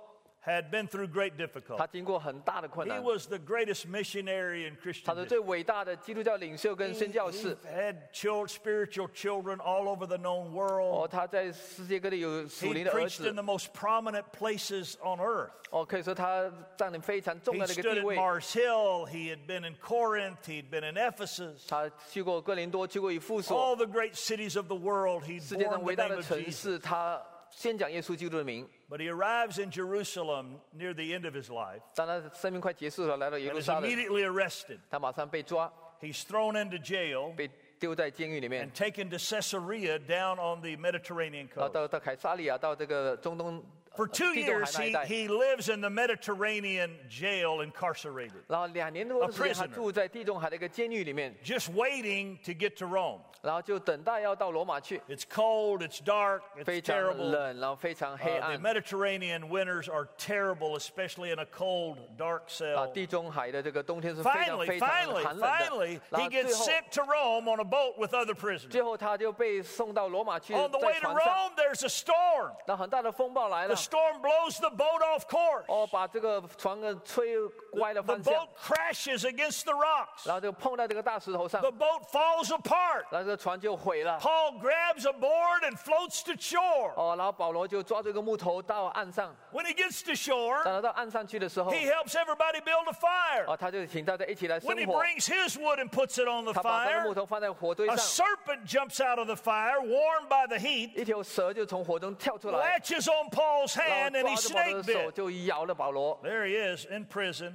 Speaker 1: had been through great difficulty.
Speaker 2: 他经过很大的困
Speaker 1: He
Speaker 2: 难，
Speaker 1: was the greatest missionary in Christian
Speaker 2: 他是
Speaker 1: history.
Speaker 2: 最伟大的基督教领袖跟宣
Speaker 1: He-
Speaker 2: 教士
Speaker 1: he。had children, spiritual children all over the known world.
Speaker 2: 哦，他在世界各地有属
Speaker 1: He
Speaker 2: 灵的儿
Speaker 1: preached
Speaker 2: 子
Speaker 1: in。the most prominent places on earth.
Speaker 2: 哦，可以说他占领非常重
Speaker 1: He
Speaker 2: 要的一个
Speaker 1: stood
Speaker 2: 地
Speaker 1: at
Speaker 2: 位。
Speaker 1: Mars Hill. He had been in Corinth. He'd been in Ephesus.
Speaker 2: 他去过哥林多，去过以父所，
Speaker 1: All the great cities of the world. He'd
Speaker 2: 世界上
Speaker 1: borne
Speaker 2: 伟
Speaker 1: the
Speaker 2: 大
Speaker 1: name
Speaker 2: 的
Speaker 1: of
Speaker 2: 城
Speaker 1: Jesus.
Speaker 2: 市，他先讲耶稣基督的名。
Speaker 1: But he arrives in Jerusalem near the end of his life
Speaker 2: 当他生命快结束了，来到耶
Speaker 1: and
Speaker 2: 路
Speaker 1: is
Speaker 2: 撒冷，
Speaker 1: immediately arrested.
Speaker 2: 他马上被抓，
Speaker 1: He's thrown into jail
Speaker 2: 被丢在监狱里面
Speaker 1: and，taken to Caesarea down on the Mediterranean
Speaker 2: 然后
Speaker 1: coast.
Speaker 2: 到到凯撒利亚，到这个中东
Speaker 1: For
Speaker 2: 呃
Speaker 1: two
Speaker 2: 地中海
Speaker 1: years,
Speaker 2: 那一
Speaker 1: he,
Speaker 2: 带。
Speaker 1: he lives in the Mediterranean jail incarcerated,
Speaker 2: 然后两年多的时
Speaker 1: A
Speaker 2: 间，他
Speaker 1: prisoner
Speaker 2: 住在地中海的一个监狱里面，
Speaker 1: just waiting to get to Rome.
Speaker 2: 然后就等待要到罗马去，
Speaker 1: It's cold, it's dark,
Speaker 2: 非
Speaker 1: it's
Speaker 2: 常
Speaker 1: terrible.
Speaker 2: 冷，然后非常
Speaker 1: Uh,
Speaker 2: 黑
Speaker 1: the
Speaker 2: 暗。
Speaker 1: Mediterranean winters are terrible, especially in a cold, dark
Speaker 2: 啊，
Speaker 1: cell.
Speaker 2: 地中海的这个冬天是非常
Speaker 1: Finally,
Speaker 2: 非常寒
Speaker 1: finally,
Speaker 2: 冷的
Speaker 1: finally,。
Speaker 2: 然
Speaker 1: he
Speaker 2: 后最
Speaker 1: gets
Speaker 2: 后，
Speaker 1: sent to Rome on a boat with other prisoners.
Speaker 2: 最后他就被送到罗马去，
Speaker 1: On the
Speaker 2: 在
Speaker 1: way to
Speaker 2: 船上，
Speaker 1: Rome, there's a storm.
Speaker 2: 那很大的风暴来
Speaker 1: The
Speaker 2: 了，
Speaker 1: storm blows the boat off course.
Speaker 2: 哦，把这个船给吹歪了
Speaker 1: The
Speaker 2: 方向，
Speaker 1: boat crashes against the rocks.
Speaker 2: 然后就碰到这个大石头上，
Speaker 1: The
Speaker 2: 然
Speaker 1: boat falls apart.
Speaker 2: 后这个船就毁了。
Speaker 1: Paul grabs a board and floats to shore.
Speaker 2: 哦，然后保罗就抓住一个木头到岸上，
Speaker 1: When he gets to shore,
Speaker 2: 当他到岸上去的时候，
Speaker 1: he helps everybody build a fire.
Speaker 2: 哦，他就请大家一起来生
Speaker 1: When he
Speaker 2: 火，
Speaker 1: brings his wood and puts it on the
Speaker 2: 他把这个
Speaker 1: fire,
Speaker 2: 木头放在火堆
Speaker 1: a
Speaker 2: 上，
Speaker 1: serpent jumps out of the fire, warmed by the heat,
Speaker 2: 一条蛇就从火中跳出来，
Speaker 1: latches on Paul's
Speaker 2: 然
Speaker 1: hand,
Speaker 2: 后
Speaker 1: and he
Speaker 2: 抓住保罗
Speaker 1: snake
Speaker 2: 的手
Speaker 1: bit.
Speaker 2: 就咬了保罗，
Speaker 1: There he is in prison,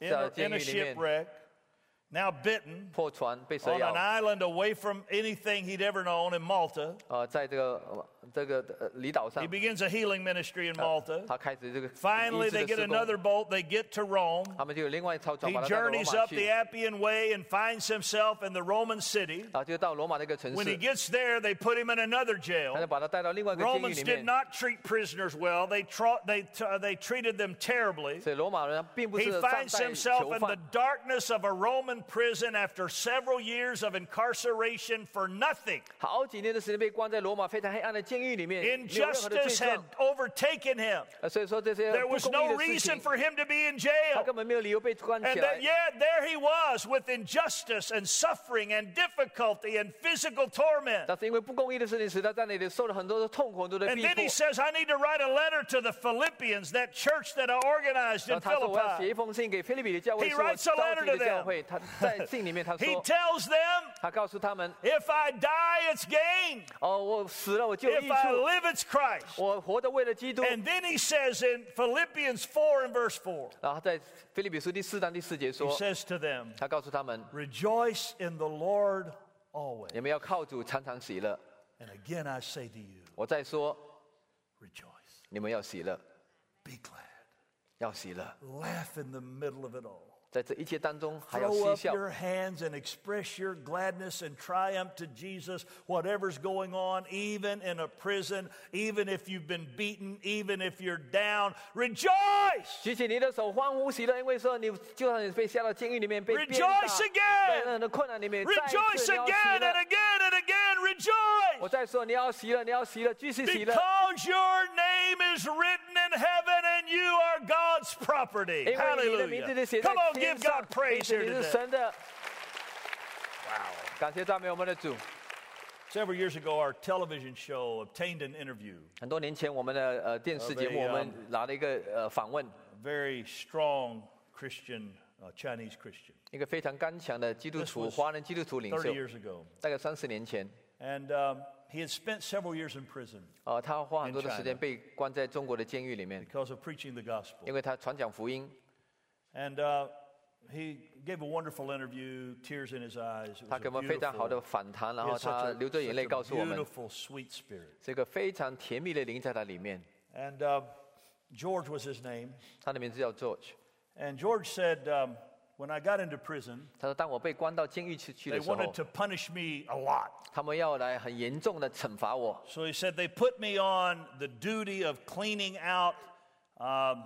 Speaker 1: in a,
Speaker 2: 在监狱
Speaker 1: in
Speaker 2: 里面。
Speaker 1: a shipwreck, now bitten
Speaker 2: 破船被蛇
Speaker 1: on
Speaker 2: 咬
Speaker 1: an。island away from anything he'd ever known in Malta.
Speaker 2: 呃，在这个呃这个呃离岛上
Speaker 1: He，begins a healing ministry in Malta.
Speaker 2: 他开始这个
Speaker 1: Finally,
Speaker 2: 医治
Speaker 1: they
Speaker 2: 的
Speaker 1: get
Speaker 2: 施工
Speaker 1: another boat. They get to Rome.
Speaker 2: 他们就有另外一艘船
Speaker 1: He
Speaker 2: 把他带到罗
Speaker 1: journeys
Speaker 2: 马
Speaker 1: up the
Speaker 2: 去，
Speaker 1: Appian Way and finds himself in the Roman city.
Speaker 2: 然后就到罗马的一个城
Speaker 1: When he
Speaker 2: 市，
Speaker 1: gets there, they put him in another
Speaker 2: 他就
Speaker 1: jail.
Speaker 2: 把他带到另外一个监狱
Speaker 1: Romans
Speaker 2: 里
Speaker 1: did
Speaker 2: 面。
Speaker 1: not treat prisoners well. They, tra- they, t- uh, they treated them terribly.
Speaker 2: 所以罗马人并不
Speaker 1: He
Speaker 2: 是善待
Speaker 1: finds himself
Speaker 2: 囚
Speaker 1: in the
Speaker 2: 犯，
Speaker 1: darkness of a Roman prison after several years of incarceration for nothing.
Speaker 2: 好几年的时间被关在罗马非常黑暗的监狱里面，没有任何的罪
Speaker 1: Injustice had
Speaker 2: 状。
Speaker 1: overtaken him.
Speaker 2: 呃所以说这些
Speaker 1: There
Speaker 2: 不
Speaker 1: was
Speaker 2: 公义
Speaker 1: no
Speaker 2: 的事
Speaker 1: reason
Speaker 2: 情，
Speaker 1: for him to be in
Speaker 2: 他
Speaker 1: jail.
Speaker 2: 根本没有理由被关起
Speaker 1: And
Speaker 2: 来
Speaker 1: that,。yeah, there he was with injustice and suffering and difficulty and physical torment.
Speaker 2: 但是因为不公义的事情，使他在那里受了很多的痛苦，很多的
Speaker 1: And
Speaker 2: 逼
Speaker 1: then
Speaker 2: 迫
Speaker 1: he。says, I need to write a letter to the Philippians, that church that I organized
Speaker 2: 然
Speaker 1: in
Speaker 2: 后他说：“我要写
Speaker 1: Philippi.
Speaker 2: 一封信给菲利比的教
Speaker 1: He
Speaker 2: 会，是我
Speaker 1: writes a
Speaker 2: 召
Speaker 1: letter
Speaker 2: 集的
Speaker 1: to
Speaker 2: 教
Speaker 1: them.
Speaker 2: 会。”他在信里面他
Speaker 1: He
Speaker 2: 说，
Speaker 1: tells them,
Speaker 2: 他告诉他们
Speaker 1: If I die, it's gain.：“
Speaker 2: 哦，我死了，我就有益
Speaker 1: If I
Speaker 2: 处，
Speaker 1: live, it's Christ.
Speaker 2: 我活的为了基督。
Speaker 1: And then he says in Philippians 4 and verse 4, ”
Speaker 2: 然后在菲利比书第四章第四节
Speaker 1: he
Speaker 2: 说，
Speaker 1: says to them,
Speaker 2: 他告诉他们
Speaker 1: Rejoice in the Lord always.：“
Speaker 2: 你们要靠主常常喜乐。
Speaker 1: And again I say to you, ”
Speaker 2: 我再说，
Speaker 1: rejoice,
Speaker 2: 你们要喜乐，
Speaker 1: be glad.
Speaker 2: 要喜乐，
Speaker 1: laugh in the middle of it all.
Speaker 2: 在这一切当中还要
Speaker 1: Throw
Speaker 2: 嬉
Speaker 1: up
Speaker 2: 笑。
Speaker 1: your hands and express your gladness and triumph to Jesus, whatever's going on, even in a prison, even if you've been beaten, even if you're down. Rejoice!
Speaker 2: 举起你的手，欢呼喜乐，因为说你就算你被下到监狱里面，被鞭打
Speaker 1: Rejoice again！
Speaker 2: 在任何的困难里面，再一
Speaker 1: Rejoice
Speaker 2: 次你要喜
Speaker 1: again and
Speaker 2: 乐。
Speaker 1: again and again. Rejoice!
Speaker 2: 我再说，你要喜乐，你要喜乐，继续喜乐。
Speaker 1: Because your name is written in heaven and you are God's property.
Speaker 2: 因为你的名字就
Speaker 1: Hallelujah.
Speaker 2: 写在
Speaker 1: Come on,
Speaker 2: 天
Speaker 1: give
Speaker 2: 上
Speaker 1: God，praise
Speaker 2: 因
Speaker 1: here
Speaker 2: 此你是
Speaker 1: today.
Speaker 2: 神的。
Speaker 1: Wow.
Speaker 2: 感谢赞美我们的主。
Speaker 1: Several years ago, our television show obtained an interview
Speaker 2: 很多年前，我们的呃电视节目，
Speaker 1: 呃
Speaker 2: 我
Speaker 1: 被
Speaker 2: 们拿了一个呃访问，
Speaker 1: very strong Christian, uh, Chinese Christian,
Speaker 2: 一个非常刚强的基督
Speaker 1: This
Speaker 2: 徒，
Speaker 1: was
Speaker 2: 华人基督徒领
Speaker 1: 30
Speaker 2: 袖，
Speaker 1: years ago.
Speaker 2: 大概三十年前，
Speaker 1: And um, he had spent several years in prison
Speaker 2: 呃，他花很多的
Speaker 1: In
Speaker 2: 时间
Speaker 1: China
Speaker 2: 被关在中国的监狱里面，
Speaker 1: because of preaching the gospel.
Speaker 2: 因为他传讲福音，
Speaker 1: And uh, he gave a wonderful interview, tears in his eyes. It
Speaker 2: 他
Speaker 1: was
Speaker 2: 给
Speaker 1: a
Speaker 2: 我们非常好的
Speaker 1: beautiful,
Speaker 2: 反弹，然
Speaker 1: he
Speaker 2: 后
Speaker 1: had
Speaker 2: 他
Speaker 1: such
Speaker 2: 流
Speaker 1: a,
Speaker 2: 着眼
Speaker 1: such
Speaker 2: 泪
Speaker 1: a
Speaker 2: 告诉我们，
Speaker 1: beautiful, sweet spirit.
Speaker 2: 这个非常甜蜜的灵在他里面。
Speaker 1: And uh, George was his name.
Speaker 2: 他的名字叫 George。
Speaker 1: And George said, um, when I got into prison,
Speaker 2: 他说，当我被关到监狱去去
Speaker 1: they
Speaker 2: 的时候
Speaker 1: wanted，to punish me a lot.
Speaker 2: 他们要来很严重的惩罚我。
Speaker 1: So he said, they put me on the duty of cleaning out um,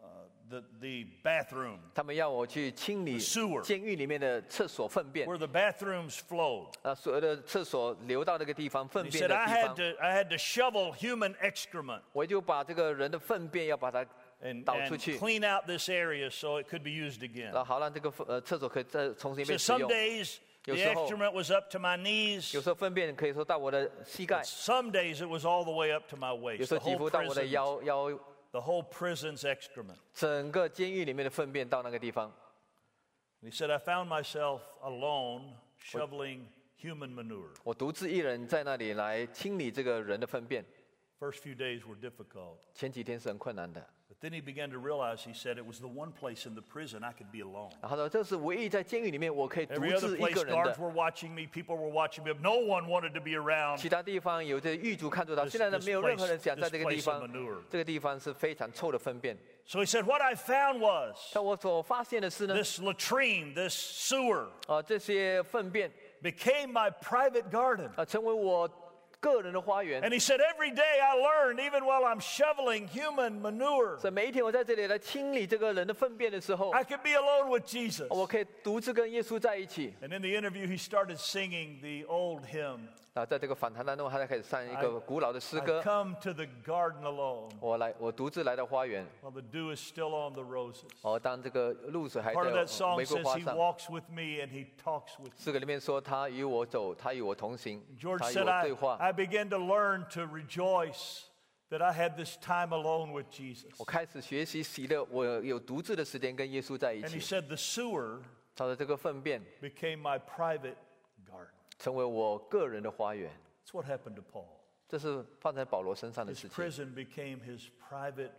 Speaker 1: uh, the, the bathroom
Speaker 2: 他们要我去清理
Speaker 1: Sewer
Speaker 2: 监狱里面的厕所粪便，
Speaker 1: where the bathrooms flowed.
Speaker 2: 啊，所有的厕所流到那个地方，粪
Speaker 1: He
Speaker 2: 便的
Speaker 1: said, I
Speaker 2: 地
Speaker 1: had
Speaker 2: 方，
Speaker 1: to, I had to shovel human excrement
Speaker 2: 我就把这个人的粪便要把它
Speaker 1: and,
Speaker 2: 倒出
Speaker 1: and
Speaker 2: 去，
Speaker 1: clean out this area so it could be used again.
Speaker 2: 然后好让这个粪呃厕所可以再重新
Speaker 1: So
Speaker 2: 被使
Speaker 1: some
Speaker 2: 用。
Speaker 1: days the
Speaker 2: 有时候-
Speaker 1: excrement was up to my knees.
Speaker 2: 有时候粪便可以说到我的膝盖，
Speaker 1: Some days it was all the way up to my
Speaker 2: 有
Speaker 1: waist.
Speaker 2: 时
Speaker 1: The
Speaker 2: 候几
Speaker 1: whole,
Speaker 2: 乎到我的
Speaker 1: prison's,
Speaker 2: 腰腰，
Speaker 1: the whole prison's excrement.
Speaker 2: 整个监狱里面的粪便到那个地方。
Speaker 1: And he said, I found myself alone shoveling human manure.
Speaker 2: 我独自一人在那里来清理这个人的粪便，
Speaker 1: First few days were difficult.
Speaker 2: 前几天是很困难的。
Speaker 1: But then he began to realize, he said, it was the one place in the prison I could be alone.
Speaker 2: 然后呢，这是唯一在监狱里面我可以独
Speaker 1: Every other
Speaker 2: 自一
Speaker 1: place,
Speaker 2: 个人
Speaker 1: guards
Speaker 2: 的。
Speaker 1: were watching me, people were watching me. No one wanted to be around.
Speaker 2: 其他地方有这狱卒看住他，现在呢
Speaker 1: this
Speaker 2: 没有任何
Speaker 1: place-
Speaker 2: 人想在
Speaker 1: this
Speaker 2: 这个地
Speaker 1: place
Speaker 2: 方
Speaker 1: of manure，
Speaker 2: 这个地方是非常臭的粪便。
Speaker 1: So he said, What I found was
Speaker 2: 但我所发现的是呢，
Speaker 1: this latrine, this sewer,
Speaker 2: 啊、这些粪便
Speaker 1: became my private garden.
Speaker 2: 啊、成为我个人的花园。
Speaker 1: And he said, Every day I learned, even while I'm shoveling human manure,
Speaker 2: 所以每一天我在这里来清理这个人的粪便的时候，
Speaker 1: I could be alone with Jesus.
Speaker 2: 我可以独自跟耶稣在一起。
Speaker 1: And in the interview, he started singing the old hymn
Speaker 2: 啊，在这个访谈当中，他才开始唱一个古老的诗
Speaker 1: I
Speaker 2: 歌。
Speaker 1: come to the garden alone
Speaker 2: 我来，我独自来到花园。
Speaker 1: while the dew is still on the roses.
Speaker 2: 哦，当这个露水还在
Speaker 1: Part of that song
Speaker 2: 玫瑰
Speaker 1: says
Speaker 2: 花
Speaker 1: he
Speaker 2: 上，
Speaker 1: walks with me and he talks with me.
Speaker 2: 诗歌里面说他与我走，他与我同行，
Speaker 1: George
Speaker 2: 他与
Speaker 1: said,
Speaker 2: 我
Speaker 1: I,
Speaker 2: 对话。
Speaker 1: I began to learn to rejoice that I had this time alone with Jesus.
Speaker 2: 我开始学习喜乐，我有独自的时间跟耶稣在一
Speaker 1: And he
Speaker 2: 起。
Speaker 1: said, The sewer
Speaker 2: 他说这个粪便
Speaker 1: became my private garden.
Speaker 2: 成为我个人的花园，
Speaker 1: That's what happened to Paul.
Speaker 2: 这是放在保罗身上的
Speaker 1: His
Speaker 2: 事情。
Speaker 1: prison became his private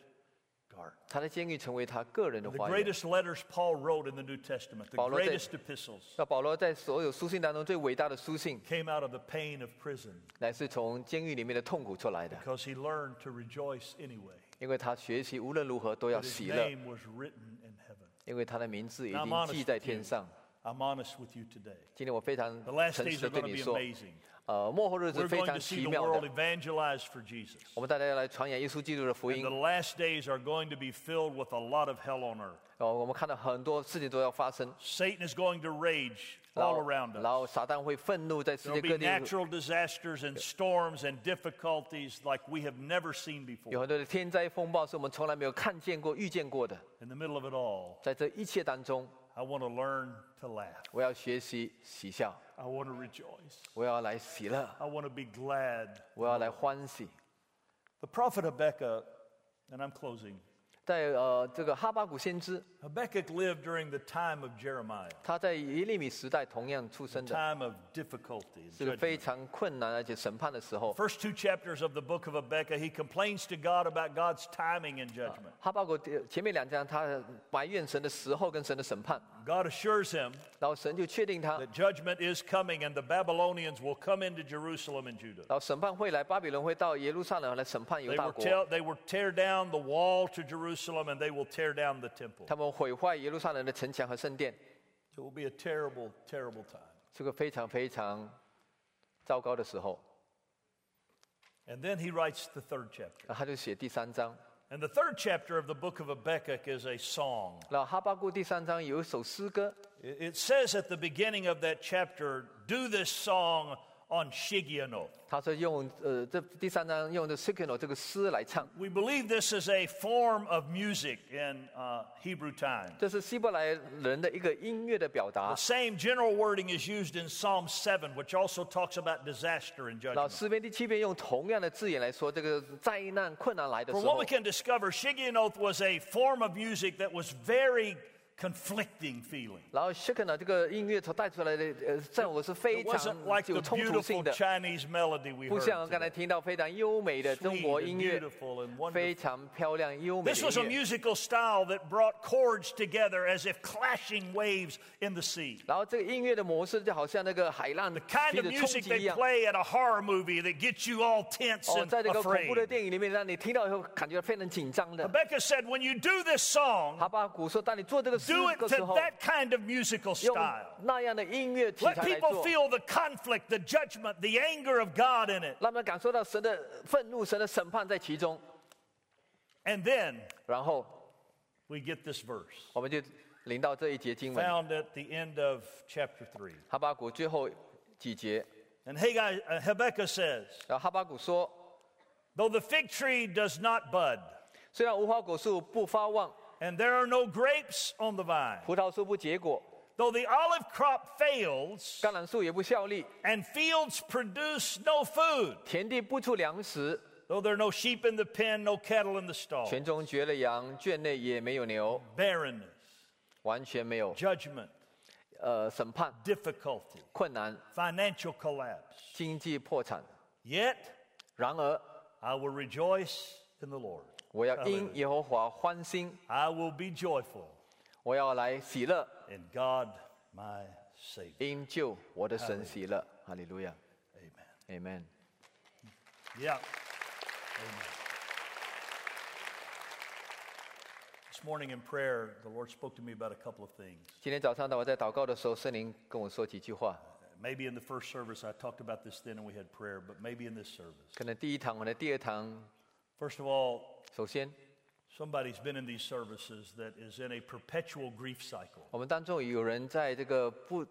Speaker 1: garden.
Speaker 2: 他的监狱成为他个人的
Speaker 1: The
Speaker 2: 花园。
Speaker 1: greatest letters Paul wrote in the New Testament, the
Speaker 2: Paulo te-
Speaker 1: greatest epistles,
Speaker 2: 那保罗在所有书信当中最伟大的书信，
Speaker 1: came out of the pain of prison
Speaker 2: 乃是从监狱里面的痛苦出来的，
Speaker 1: because he learned to rejoice anyway.
Speaker 2: 因为他学习无论如何都要
Speaker 1: That his
Speaker 2: 喜乐，
Speaker 1: name was written in heaven.
Speaker 2: 因为他的名字已
Speaker 1: Now, I'm
Speaker 2: 经
Speaker 1: honest
Speaker 2: 记在
Speaker 1: with
Speaker 2: 天
Speaker 1: you.
Speaker 2: 上。
Speaker 1: I'm honest with you today.
Speaker 2: 今天我非常
Speaker 1: The last
Speaker 2: 诚
Speaker 1: days
Speaker 2: 实
Speaker 1: are
Speaker 2: 的对
Speaker 1: going to
Speaker 2: 你
Speaker 1: be
Speaker 2: 说，
Speaker 1: amazing.
Speaker 2: 呃，幕后日子
Speaker 1: We're
Speaker 2: 非
Speaker 1: going
Speaker 2: 常
Speaker 1: to see
Speaker 2: 奇
Speaker 1: the
Speaker 2: 妙
Speaker 1: world
Speaker 2: 的。
Speaker 1: evangelized for Jesus.
Speaker 2: 我们大家要来传扬耶稣基督的福
Speaker 1: And
Speaker 2: 音
Speaker 1: the。last days are going to be filled with a lot of hell on earth.
Speaker 2: 呃，我们看到很多事情都要发生，
Speaker 1: Satan is going to rage
Speaker 2: 然
Speaker 1: all
Speaker 2: 后
Speaker 1: around
Speaker 2: 然
Speaker 1: us.
Speaker 2: 后撒旦会愤怒，在世
Speaker 1: There
Speaker 2: 界
Speaker 1: will
Speaker 2: 各
Speaker 1: be
Speaker 2: 地
Speaker 1: natural disasters and storms and difficulties like we have never seen
Speaker 2: 有
Speaker 1: before.
Speaker 2: 很多的天灾风暴，是我们从来没有看见过、遇见过的。
Speaker 1: In the middle of it all,
Speaker 2: 在这一切当中，
Speaker 1: I want to learn to laugh.
Speaker 2: 我要学习喜笑，
Speaker 1: I want to rejoice.
Speaker 2: 我要来喜乐，
Speaker 1: I want to be glad.
Speaker 2: 我要来欢喜。
Speaker 1: The prophet Habakkuk, and I'm closing,
Speaker 2: 在呃这个哈巴谷先知，
Speaker 1: Habakkuk lived during the time of Jeremiah,
Speaker 2: 他在耶利米时代同样出生的，
Speaker 1: time of difficulty. and
Speaker 2: 是个
Speaker 1: judgment.
Speaker 2: 非常困难而且审判的时候。
Speaker 1: First two chapters of the book of Habakkuk, he complains to God about God's timing and judgment.
Speaker 2: 哈巴谷第前面两章，他埋怨神的时候跟神的审判，
Speaker 1: God assures him
Speaker 2: 然后神就确定他，然
Speaker 1: that judgment is coming and the Babylonians will come into Jerusalem and Judah.
Speaker 2: 后审判会来，巴比伦会到耶路撒冷来审判犹
Speaker 1: They
Speaker 2: 大
Speaker 1: will,
Speaker 2: 国，
Speaker 1: tell, they will tear down the wall to Jerusalem and they will tear down the temple.
Speaker 2: 他们毁坏耶路撒冷的城墙和圣殿，
Speaker 1: It will be a terrible, terrible time.
Speaker 2: 是个非常非常糟糕的时候。
Speaker 1: And then he writes the third chapter.
Speaker 2: 然后他就写第三章，
Speaker 1: And the third chapter of the book of Habakkuk is a song.
Speaker 2: 然后哈巴谷第三章有一首诗歌，
Speaker 1: It it says at the beginning of that chapter, do this song on Shigionoth.
Speaker 2: 他说用呃这第三章用的 s i k i n o 这个诗来唱，
Speaker 1: We believe this is a form of music in uh, Hebrew times.
Speaker 2: 这是希伯来人的一个音乐的表
Speaker 1: The
Speaker 2: 达。
Speaker 1: same general wording is used in Psalm 7, which also talks about disaster and
Speaker 2: 然后
Speaker 1: judgment.
Speaker 2: 诗篇第七篇用同样的字眼来说这个灾难困难来的
Speaker 1: For
Speaker 2: 时
Speaker 1: what
Speaker 2: 候
Speaker 1: we。can discover, Shigionoth was a form of music that was very conflicting feeling.
Speaker 2: 然后 Shaken 呢，这个音乐所带出来的呃战舞是非
Speaker 1: It
Speaker 2: 常
Speaker 1: wasn't like the
Speaker 2: 有冲突性
Speaker 1: beautiful
Speaker 2: 的，
Speaker 1: Chinese melody we
Speaker 2: 不
Speaker 1: heard.
Speaker 2: 像刚才
Speaker 1: today.
Speaker 2: 听到非常优美的
Speaker 1: Sweet
Speaker 2: 中国
Speaker 1: and
Speaker 2: 音乐
Speaker 1: beautiful and wonderful.，
Speaker 2: 非常漂亮优美
Speaker 1: This was
Speaker 2: 的
Speaker 1: a
Speaker 2: 音乐。
Speaker 1: musical style that brought chords together as if clashing waves in the sea.
Speaker 2: 然后这个音乐的模式就好像那个海浪
Speaker 1: Kind
Speaker 2: 随
Speaker 1: of
Speaker 2: 着冲
Speaker 1: music
Speaker 2: 击一
Speaker 1: they
Speaker 2: 样。
Speaker 1: play at a horror movie that gets you all tense
Speaker 2: 哦，
Speaker 1: and
Speaker 2: 在这个恐怖的
Speaker 1: afraid.
Speaker 2: 电影里面，让你听到以后感觉非常紧张的。
Speaker 1: Rebecca said, when you do this song,
Speaker 2: 哈巴谷说，当你做这个诗
Speaker 1: do it
Speaker 2: 的时
Speaker 1: to
Speaker 2: 候，
Speaker 1: that kind of musical
Speaker 2: 用
Speaker 1: style.
Speaker 2: 那样的音乐题
Speaker 1: Let
Speaker 2: 材来
Speaker 1: people
Speaker 2: 做，
Speaker 1: feel the conflict, the judgment, the anger of God in it.
Speaker 2: 让他们感受到神的愤怒、神的审判在其中。
Speaker 1: And then
Speaker 2: 然后
Speaker 1: we get this verse
Speaker 2: 我们就领到这一节经文，
Speaker 1: found at the end of chapter 3.
Speaker 2: 哈巴谷最后几节。
Speaker 1: And Haggai, uh, Habakkuk says,
Speaker 2: 然后哈巴谷说：
Speaker 1: Though the fig tree does not bud,
Speaker 2: 虽然无花果树不发旺，
Speaker 1: and there are no grapes on the vine,
Speaker 2: 葡萄树不结果，
Speaker 1: though the olive crop fails,
Speaker 2: 橄榄树也不效力，
Speaker 1: and fields produce no food,
Speaker 2: 田地不出粮食，
Speaker 1: though there are no sheep in the pen, no cattle in the stall,
Speaker 2: 圈中绝了羊，圈内也没有牛，
Speaker 1: barrenness,
Speaker 2: 完全没有
Speaker 1: judgment,
Speaker 2: 呃审判、
Speaker 1: difficulty,
Speaker 2: 困难、
Speaker 1: financial collapse.
Speaker 2: 经济破产。
Speaker 1: Yet
Speaker 2: 然而，
Speaker 1: I will rejoice in the Lord.
Speaker 2: 我要因耶和华欢心，
Speaker 1: I will be joyful
Speaker 2: 我要来喜乐，
Speaker 1: in God my Savior.
Speaker 2: 因救我的神喜乐。哈利路亚
Speaker 1: Amen.
Speaker 2: ，Amen。
Speaker 1: Yeah. Amen. This morning in prayer, the Lord spoke to me about a couple of things.
Speaker 2: 今天早上呢，我在祷告的时候，圣灵跟我说几句话。
Speaker 1: Maybe in the first service, I talked about this then and we had prayer, but maybe in this service.
Speaker 2: 可能第一堂或者第二堂，
Speaker 1: First of all,
Speaker 2: 首先，
Speaker 1: somebody's been in these services that is in a perpetual grief cycle.
Speaker 2: 我们当中有人在这个不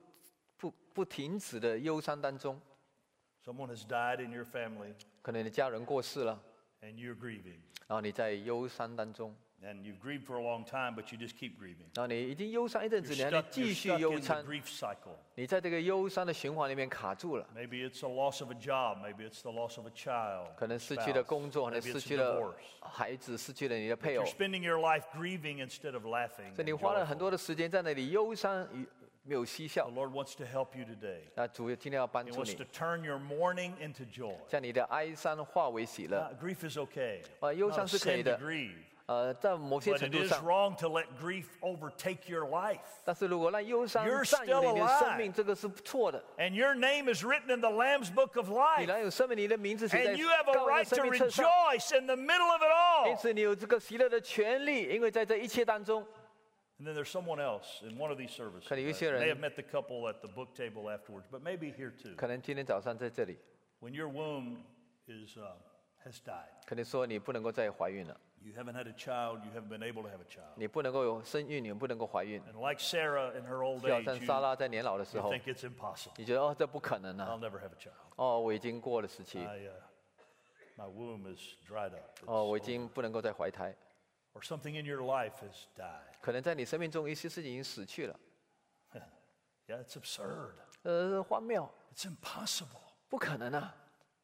Speaker 2: 不不停止的忧伤当中，
Speaker 1: Someone has died in your family
Speaker 2: 可能你的家人过世了，
Speaker 1: and you're grieving.
Speaker 2: 然后你在忧伤当中，
Speaker 1: And you've grieved for a long time, but you just keep grieving.
Speaker 2: 然后你已经忧伤一阵子，
Speaker 1: You're
Speaker 2: 你还能
Speaker 1: stuck, you're
Speaker 2: 继续
Speaker 1: stuck
Speaker 2: 忧
Speaker 1: in the
Speaker 2: 伤，
Speaker 1: grief cycle.
Speaker 2: 你在这个忧伤的循环里面卡住了，
Speaker 1: Maybe it's a loss of a job. Maybe it's the loss of a child.
Speaker 2: 可能失
Speaker 1: spouse.
Speaker 2: 去了工作，可能
Speaker 1: Maybe
Speaker 2: 失
Speaker 1: it's a
Speaker 2: 去了
Speaker 1: divorce.
Speaker 2: 孩子，失去了你的配偶
Speaker 1: You're，spending your life grieving instead of laughing.
Speaker 2: 所以你
Speaker 1: and
Speaker 2: 花了
Speaker 1: joyful.
Speaker 2: 很多的时间在那里忧伤与没有嬉
Speaker 1: The
Speaker 2: 笑。
Speaker 1: Lord wants to help you today.
Speaker 2: 那主今天要帮
Speaker 1: He
Speaker 2: 助
Speaker 1: wants
Speaker 2: 你
Speaker 1: to，turn your mourning into joy.
Speaker 2: 将你的哀伤化为喜乐
Speaker 1: Uh,。grief is okay.
Speaker 2: 呃，
Speaker 1: Not a
Speaker 2: 忧伤是
Speaker 1: sin
Speaker 2: 可以的。
Speaker 1: to grieve,
Speaker 2: 呃，在某些
Speaker 1: but
Speaker 2: 程
Speaker 1: it
Speaker 2: 度
Speaker 1: is
Speaker 2: 上，
Speaker 1: wrong to let grief overtake your life.
Speaker 2: 但是如果让忧伤
Speaker 1: You're
Speaker 2: 占有了
Speaker 1: still
Speaker 2: 你的
Speaker 1: alive.
Speaker 2: 生命，这个是错的。
Speaker 1: And your name is written in the Lamb's Book of
Speaker 2: 你
Speaker 1: Life.
Speaker 2: 哪有生命？你的名字写在
Speaker 1: And you have a
Speaker 2: 高人
Speaker 1: right
Speaker 2: 生
Speaker 1: to
Speaker 2: 命册上，
Speaker 1: rejoice in the middle of it all.
Speaker 2: 因此你有这个喜乐的权利，因为在这一切当中，
Speaker 1: And then there's someone else in one of these services.
Speaker 2: Can you
Speaker 1: right?
Speaker 2: see her?
Speaker 1: May have met the couple at the book table afterwards, but maybe here too.
Speaker 2: 可能今天早上在这里，
Speaker 1: When your womb is, uh, has died,
Speaker 2: 可能说你不能够再怀孕了，
Speaker 1: you haven't had a child, you haven't been able to have a child.
Speaker 2: 你不能够有生育，你不能够怀孕，
Speaker 1: And like Sarah in her old
Speaker 2: 就好
Speaker 1: age,
Speaker 2: 像
Speaker 1: you,
Speaker 2: 莎拉在年老的时
Speaker 1: you
Speaker 2: 候，
Speaker 1: think it's impossible.
Speaker 2: 你觉得哦这不可能啊，
Speaker 1: I'll never have a child.
Speaker 2: 哦我已经过了时期，
Speaker 1: I, uh, my womb is dried up. It's-
Speaker 2: 哦我已经不能够再怀胎，
Speaker 1: Or something in your life has died.
Speaker 2: 可能在你生命中一些事情已经死去了，
Speaker 1: Yeah, it's absurd.
Speaker 2: 呃荒谬，
Speaker 1: It's impossible.
Speaker 2: 不可能啊，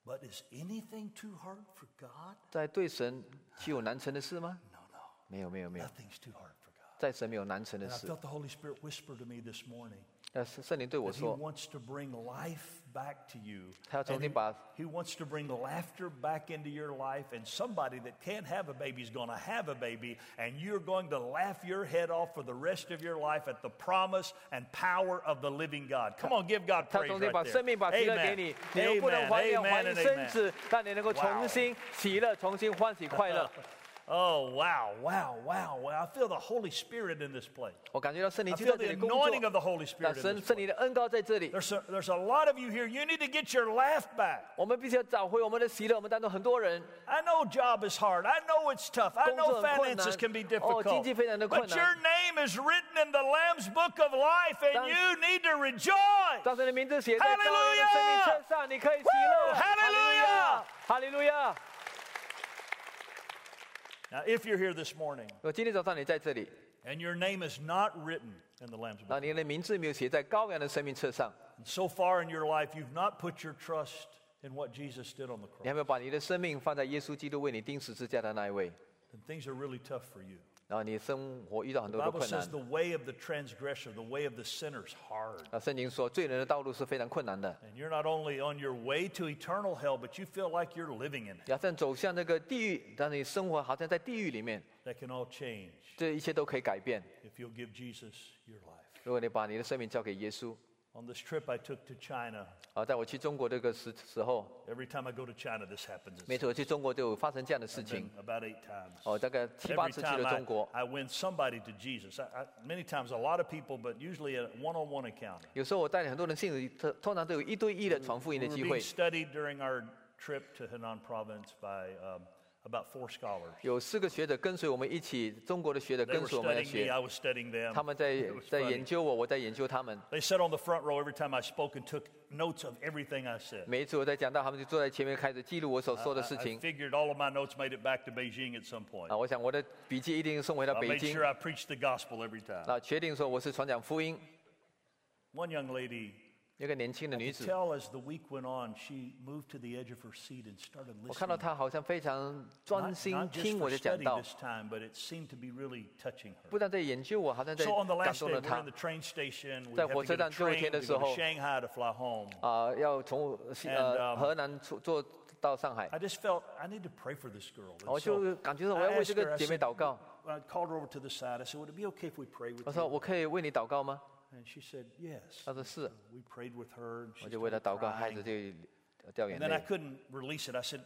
Speaker 1: But is anything too hard for God?
Speaker 2: 在对神岂有难成的事吗？
Speaker 1: No, no.
Speaker 2: 没有没有没有，
Speaker 1: Nothing's too hard for God.
Speaker 2: 在神没有难成的
Speaker 1: And I
Speaker 2: 事。
Speaker 1: felt the Holy Spirit whisper to me this morning
Speaker 2: 但是圣灵对我
Speaker 1: that He
Speaker 2: 说，
Speaker 1: wants to bring life back to you.
Speaker 2: 他要重新
Speaker 1: And he,
Speaker 2: 把-
Speaker 1: he wants to bring laughter back into your life. And somebody that can't have a baby is going to have a baby. And you're going to laugh your head off for the rest of your life at the promise and power of the living God. Come on, give God
Speaker 2: 他
Speaker 1: praise.
Speaker 2: 重新
Speaker 1: Right
Speaker 2: 把生
Speaker 1: there.
Speaker 2: 命、把喜乐给
Speaker 1: Amen.
Speaker 2: 你，你又不能
Speaker 1: Amen.
Speaker 2: 怀念、
Speaker 1: Amen.
Speaker 2: 怀孕
Speaker 1: And
Speaker 2: 生
Speaker 1: amen.
Speaker 2: 子，让你能够重
Speaker 1: Wow.
Speaker 2: 新喜乐、重新欢喜、快乐。
Speaker 1: Oh, wow, wow, wow, wow. I feel the Holy Spirit in this place.
Speaker 2: 我感觉到圣灵
Speaker 1: I
Speaker 2: 就在
Speaker 1: feel
Speaker 2: 这
Speaker 1: the
Speaker 2: 里工作
Speaker 1: anointing，of the Holy
Speaker 2: 那
Speaker 1: Spirit in
Speaker 2: 神
Speaker 1: this
Speaker 2: 圣
Speaker 1: place.
Speaker 2: 灵的恩膏在这里。
Speaker 1: There's a, there's a lot of you here. You need to get your laugh back.
Speaker 2: 我们必须要找回我们的喜乐。我们当中很多人，
Speaker 1: I know job is hard. I know it's tough. I know
Speaker 2: 工作很困难。
Speaker 1: finances can be difficult.
Speaker 2: 哦，经济非常地困难。
Speaker 1: But your name is written in the Lamb's Book of Life, and
Speaker 2: 当-
Speaker 1: you need to rejoice.
Speaker 2: 当神的名字写在高人的生命册上，你可以喜乐。
Speaker 1: Woo！Hallelujah！
Speaker 2: 哈利路亚！
Speaker 1: Now, if you're here this morning
Speaker 2: 我今天早上你在这里，
Speaker 1: and your name is not written in the Lamb's
Speaker 2: 那
Speaker 1: Book,
Speaker 2: 你的名字没有写在羔羊的生命册上，
Speaker 1: and so far in your life you've not put your trust in what Jesus did on the
Speaker 2: 你
Speaker 1: cross,
Speaker 2: 还没有把你的生命放在耶稣基督为你钉十字架的那一位，
Speaker 1: then things are really tough for you.
Speaker 2: 然后你生活遇到很
Speaker 1: The
Speaker 2: 多的
Speaker 1: Bible
Speaker 2: 困难
Speaker 1: says。the way of the transgressor, the way of the sinner is hard.
Speaker 2: 啊，圣经说罪人的道路是非常困难的，
Speaker 1: And you're not only on your way to eternal hell, but you feel like you're living in it.
Speaker 2: 要像走向那个地狱，让你生活好像在地狱里面，
Speaker 1: That can all change
Speaker 2: 这一切都可以改变。
Speaker 1: if you'll give Jesus your life.
Speaker 2: 如果你把你的生命交给耶稣，
Speaker 1: On this trip I took to China,
Speaker 2: 啊，在我去中国这个时时候，
Speaker 1: every time I go to China, this happens.
Speaker 2: 每
Speaker 1: It's
Speaker 2: 次我去中国就有发生这样的事
Speaker 1: been
Speaker 2: 情。
Speaker 1: about eight times.
Speaker 2: 哦，大概七八
Speaker 1: Every
Speaker 2: 次去
Speaker 1: time
Speaker 2: 了
Speaker 1: I,
Speaker 2: 中国，
Speaker 1: I win somebody to Jesus. I, I, many times a lot of people, but usually a one-on-one encounter.
Speaker 2: 有时候我带领很多人信主，通通常都有一对一的传福音
Speaker 1: We
Speaker 2: 的
Speaker 1: were
Speaker 2: 机
Speaker 1: being
Speaker 2: 会。
Speaker 1: studied during our trip to Henan Province by um, about four scholars.
Speaker 2: 有四个学者跟随我们一起，中国的学者
Speaker 1: They
Speaker 2: 跟
Speaker 1: were
Speaker 2: 随我们来
Speaker 1: studying me,
Speaker 2: 学，
Speaker 1: I was studying them.
Speaker 2: 他们在
Speaker 1: It was
Speaker 2: 在
Speaker 1: funny.
Speaker 2: 研究我，我在研究他们。
Speaker 1: They sat on the front row every time I spoke and took notes of everything I said.
Speaker 2: 每一次我在讲到，他们就坐在前面开始记录我所说的
Speaker 1: I-
Speaker 2: 事
Speaker 1: Uh, I
Speaker 2: 情
Speaker 1: figured all of my notes made it back to Beijing at some point.
Speaker 2: 啊！我想我的笔记一定送回到
Speaker 1: I
Speaker 2: 北
Speaker 1: made
Speaker 2: 京
Speaker 1: sure I preached the gospel every time.
Speaker 2: 啊，确定说我是传讲福音。
Speaker 1: One young lady,
Speaker 2: 一个年轻的女
Speaker 1: you
Speaker 2: 子，
Speaker 1: tell as the week went on, she moved to the edge of her seat and started
Speaker 2: 我看到
Speaker 1: listening.
Speaker 2: 她好像非常
Speaker 1: Not-
Speaker 2: 专心
Speaker 1: not
Speaker 2: 听
Speaker 1: just
Speaker 2: 我
Speaker 1: for
Speaker 2: 的讲
Speaker 1: study
Speaker 2: 道，
Speaker 1: this time, but it seemed to be really touching her.
Speaker 2: 不但在研究我，好像在
Speaker 1: So on the
Speaker 2: 感
Speaker 1: last
Speaker 2: 动
Speaker 1: day,
Speaker 2: 了
Speaker 1: we're
Speaker 2: 她
Speaker 1: in the。train station. We
Speaker 2: 在
Speaker 1: have to
Speaker 2: 火
Speaker 1: get
Speaker 2: 车
Speaker 1: a
Speaker 2: 站最后
Speaker 1: train
Speaker 2: 一天
Speaker 1: to Uh,
Speaker 2: 的时
Speaker 1: go
Speaker 2: 候
Speaker 1: to，Shanghai to fly home.
Speaker 2: 啊、要从西
Speaker 1: And,
Speaker 2: 呃
Speaker 1: um,
Speaker 2: 河南坐坐到上海，
Speaker 1: I just felt I need to pray for this girl. And
Speaker 2: 我
Speaker 1: so
Speaker 2: 就感觉到我
Speaker 1: I
Speaker 2: 要为
Speaker 1: asked
Speaker 2: 这
Speaker 1: her,
Speaker 2: 个
Speaker 1: I
Speaker 2: 姐妹
Speaker 1: said,
Speaker 2: 祷告。
Speaker 1: I called her over to the side. I said, would it be okay if we pray with
Speaker 2: 我说
Speaker 1: you?
Speaker 2: 我可以为你祷告吗？
Speaker 1: And she "Oh." said, yes. Uh,
Speaker 2: 她说是，
Speaker 1: We prayed with her. And she
Speaker 2: 我就为她
Speaker 1: started
Speaker 2: 祷告，孩
Speaker 1: crying.
Speaker 2: 子就掉眼
Speaker 1: And then I
Speaker 2: 泪。
Speaker 1: couldn't release it. I said,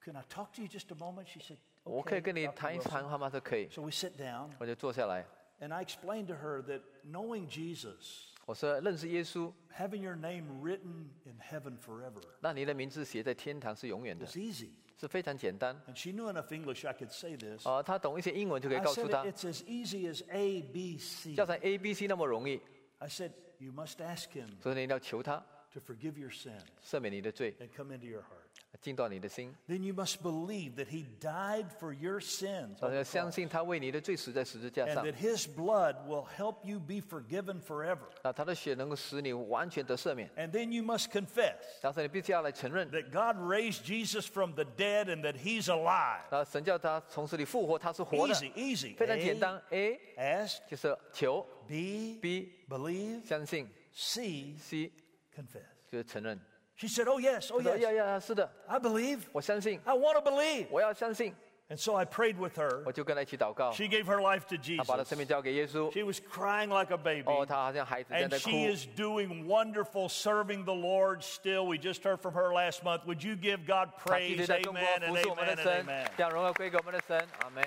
Speaker 1: can I talk to you just a moment? She said,
Speaker 2: 我可
Speaker 1: okay,
Speaker 2: 以跟你
Speaker 1: Dr.
Speaker 2: 谈一
Speaker 1: Wilson."
Speaker 2: 谈话吗？她说可以，
Speaker 1: So we sit down
Speaker 2: 我就坐下来。
Speaker 1: and I explained to her that knowing Jesus,
Speaker 2: 我说认识耶稣，
Speaker 1: having your name written in heaven forever
Speaker 2: 那你的名字写在天堂是永远的，
Speaker 1: was easy.
Speaker 2: 是非常简单。
Speaker 1: And she knew enough English I could say this.
Speaker 2: 啊、她懂一些英文就可以
Speaker 1: I
Speaker 2: 告诉
Speaker 1: said,
Speaker 2: 她，
Speaker 1: it's as easy as A, B, C.
Speaker 2: 叫上 A、B、C 那么容易，
Speaker 1: I said, you must ask him
Speaker 2: 所以你要求他
Speaker 1: to forgive your sins
Speaker 2: 赦免你的罪，
Speaker 1: and come into your heart.
Speaker 2: 进到你的心。
Speaker 1: Then you must believe that he died for your sins
Speaker 2: 大
Speaker 1: on
Speaker 2: 家
Speaker 1: the
Speaker 2: 相
Speaker 1: cross,
Speaker 2: 信他为你的罪死在十字架
Speaker 1: and
Speaker 2: 上
Speaker 1: that，his blood will help you be forgiven forever.
Speaker 2: 那他的血能够使你完全得赦免。
Speaker 1: And then you must confess
Speaker 2: 但是你必须要来承认，
Speaker 1: that God raised Jesus from the dead and that he's alive.
Speaker 2: 那神叫他从死里复活，他是活的，
Speaker 1: Easy, easy.
Speaker 2: 非常简
Speaker 1: A,
Speaker 2: 单。A
Speaker 1: ask,
Speaker 2: 就是求
Speaker 1: B,
Speaker 2: ，B
Speaker 1: believe,
Speaker 2: 相信
Speaker 1: C,
Speaker 2: ，C
Speaker 1: confess.
Speaker 2: 就是承认。
Speaker 1: She said, Oh, yes, oh,
Speaker 2: 我说
Speaker 1: yes.
Speaker 2: 呀呀，是的，
Speaker 1: I believe.
Speaker 2: 我相信，
Speaker 1: I want to believe.
Speaker 2: 我要相信，
Speaker 1: And so I prayed with her.
Speaker 2: 我就跟他一起祷告，
Speaker 1: She gave her life to
Speaker 2: 他
Speaker 1: Jesus.
Speaker 2: 把他生命交给耶稣。
Speaker 1: She was crying like a baby.
Speaker 2: 哦，他好像孩子在
Speaker 1: And
Speaker 2: 那哭。
Speaker 1: she is doing wonderful serving the Lord still. We just heard from her last month. Would you give God
Speaker 2: 他继续
Speaker 1: praise?
Speaker 2: 在中国
Speaker 1: Amen
Speaker 2: 服
Speaker 1: and
Speaker 2: 侍我们
Speaker 1: amen
Speaker 2: 的
Speaker 1: and
Speaker 2: 神
Speaker 1: amen.，
Speaker 2: 将荣耀归给我们的神。阿门。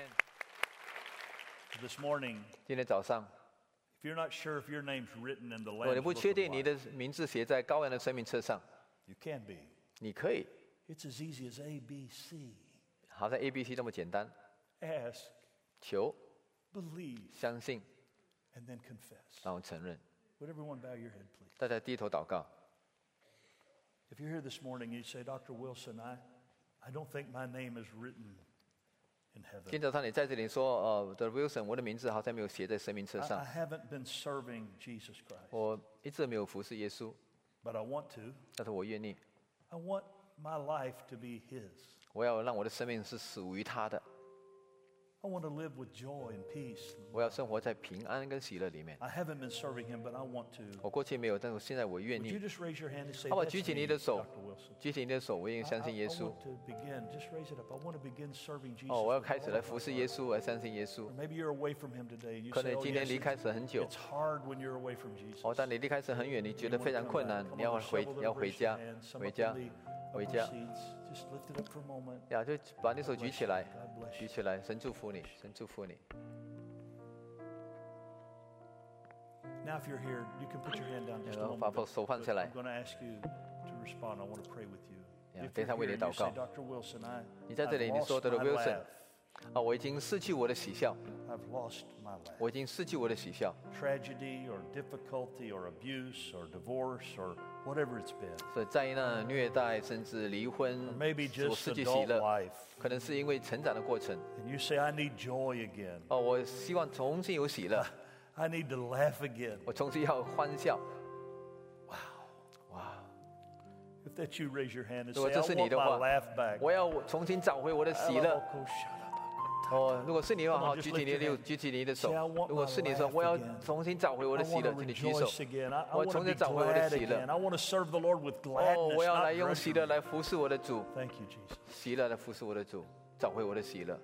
Speaker 1: This morning,
Speaker 2: 今天早上，
Speaker 1: if you're not sure if your name's written in the
Speaker 2: 如果你
Speaker 1: Lamb's
Speaker 2: 不
Speaker 1: Book
Speaker 2: 确
Speaker 1: of
Speaker 2: 定你
Speaker 1: Life,
Speaker 2: 的名字写在羔羊的生命册上，
Speaker 1: you can be.
Speaker 2: 你可以，
Speaker 1: It's as easy as A, B, C.
Speaker 2: 好像 A、B、C 那么简单，
Speaker 1: Ask,
Speaker 2: 求、
Speaker 1: believe,
Speaker 2: 相信，
Speaker 1: and then confess.
Speaker 2: 然后承认。
Speaker 1: Would everyone bow your head, please?
Speaker 2: 大家低头祷告。
Speaker 1: If you're here this morning and you say, Dr. Wilson, I, I don't think my name is written in heaven.
Speaker 2: 今早上你在这里说，呃，d Wilson，我的名字好像没有写在生命册
Speaker 1: I,
Speaker 2: 上
Speaker 1: I，haven't been serving Jesus Christ,
Speaker 2: 我一直没有服侍耶稣，
Speaker 1: but I want to.
Speaker 2: 但是我愿意，
Speaker 1: I want my life to be His.
Speaker 2: 我要让我的生命是属于他的，
Speaker 1: I want to live with joy and peace.
Speaker 2: 我要生活在平安跟喜乐里面。
Speaker 1: I haven't been serving him, but I want to.
Speaker 2: 我过去没有，但是现在我愿
Speaker 1: Would you
Speaker 2: 意
Speaker 1: just raise your hand and say,
Speaker 2: 好吧，
Speaker 1: "That's
Speaker 2: 举起
Speaker 1: me,
Speaker 2: 你的手
Speaker 1: Dr. Wilson.
Speaker 2: 举起你的手，我愿意
Speaker 1: I-
Speaker 2: 相
Speaker 1: I,
Speaker 2: 信耶
Speaker 1: I
Speaker 2: 稣。
Speaker 1: want to begin. Just raise it up. I want to begin serving Jesus.
Speaker 2: 哦，我要
Speaker 1: with
Speaker 2: 开始
Speaker 1: all
Speaker 2: 来
Speaker 1: of my
Speaker 2: 服侍
Speaker 1: heart."
Speaker 2: 耶稣，来相信耶稣
Speaker 1: Or。Maybe you're away from him today. And you
Speaker 2: 可
Speaker 1: say,
Speaker 2: 能
Speaker 1: "Oh,
Speaker 2: 今天
Speaker 1: yes,
Speaker 2: 离
Speaker 1: it's,
Speaker 2: 开神很久
Speaker 1: it's，hard when you're away from Jesus."
Speaker 2: 哦，但你离开神很远，你觉
Speaker 1: You
Speaker 2: 得
Speaker 1: wanna
Speaker 2: 非常
Speaker 1: come
Speaker 2: 困
Speaker 1: back.
Speaker 2: 难
Speaker 1: Come，on,
Speaker 2: 你要
Speaker 1: there's
Speaker 2: 回
Speaker 1: several that
Speaker 2: 你要
Speaker 1: have
Speaker 2: 回
Speaker 1: raised their
Speaker 2: 家，
Speaker 1: hands. Some
Speaker 2: 回
Speaker 1: up in
Speaker 2: 家
Speaker 1: the，
Speaker 2: 回
Speaker 1: upper
Speaker 2: 家，
Speaker 1: seats. Just lift it up for a moment.
Speaker 2: 呀，就把你手举起来
Speaker 1: God bless，you.
Speaker 2: 举起来，神祝福你，神祝福你。
Speaker 1: Now, if you're here, you can put your hand down just a
Speaker 2: 然后
Speaker 1: moment.
Speaker 2: 把
Speaker 1: but-
Speaker 2: 手放
Speaker 1: but
Speaker 2: 下来
Speaker 1: I'm going to ask you to respond. I want to pray with you.
Speaker 2: Yeah,
Speaker 1: If
Speaker 2: 等一
Speaker 1: you're
Speaker 2: 下为
Speaker 1: here
Speaker 2: 你
Speaker 1: and you
Speaker 2: 祷
Speaker 1: say,
Speaker 2: 告。
Speaker 1: Dr. Wilson, I,
Speaker 2: 你在这
Speaker 1: I've
Speaker 2: 里，你
Speaker 1: lost my
Speaker 2: 说 d r Wilson，
Speaker 1: laugh.
Speaker 2: 啊，我已经失去我的喜笑，
Speaker 1: I've lost my laugh.
Speaker 2: 我已经失去我的喜笑，
Speaker 1: Tragedy or difficulty or abuse or divorce or whatever it's been.
Speaker 2: 所以灾难、虐待，甚至离婚
Speaker 1: Or，maybe
Speaker 2: 我
Speaker 1: just
Speaker 2: 失去喜
Speaker 1: adult
Speaker 2: 乐，
Speaker 1: life.
Speaker 2: 可能是因为成长的过程。
Speaker 1: And you say, I need joy again.
Speaker 2: 哦，我希望重新有喜乐，
Speaker 1: I need to laugh again.
Speaker 2: 我重新要欢笑。
Speaker 1: If that's you, raise your hand and
Speaker 2: 如果
Speaker 1: say,
Speaker 2: 这
Speaker 1: I
Speaker 2: 是你
Speaker 1: want
Speaker 2: 的
Speaker 1: my
Speaker 2: 话
Speaker 1: laugh back.，
Speaker 2: 我要重新找回我的喜乐。哦，如果是你的话，
Speaker 1: Come on,
Speaker 2: 好，
Speaker 1: just
Speaker 2: 举起你
Speaker 1: lift your
Speaker 2: 的
Speaker 1: hand.
Speaker 2: 举起你的手
Speaker 1: Say, "I want my。
Speaker 2: 如果是你说
Speaker 1: laugh
Speaker 2: 我要
Speaker 1: again.
Speaker 2: 重新找回我
Speaker 1: I
Speaker 2: 的喜
Speaker 1: want
Speaker 2: 乐，
Speaker 1: to
Speaker 2: 请你举手
Speaker 1: rejoice。again. I, I
Speaker 2: 我
Speaker 1: want
Speaker 2: 重
Speaker 1: to Oh, be
Speaker 2: 新找回我的
Speaker 1: glad
Speaker 2: 喜乐
Speaker 1: again.。I want to serve the Lord with
Speaker 2: 哦，
Speaker 1: gladness,
Speaker 2: 我要
Speaker 1: not
Speaker 2: 来用喜乐
Speaker 1: grumpiness.
Speaker 2: 来服侍我的主，
Speaker 1: Thank you, Jesus.
Speaker 2: 喜乐来服侍我的主，找回我的喜乐。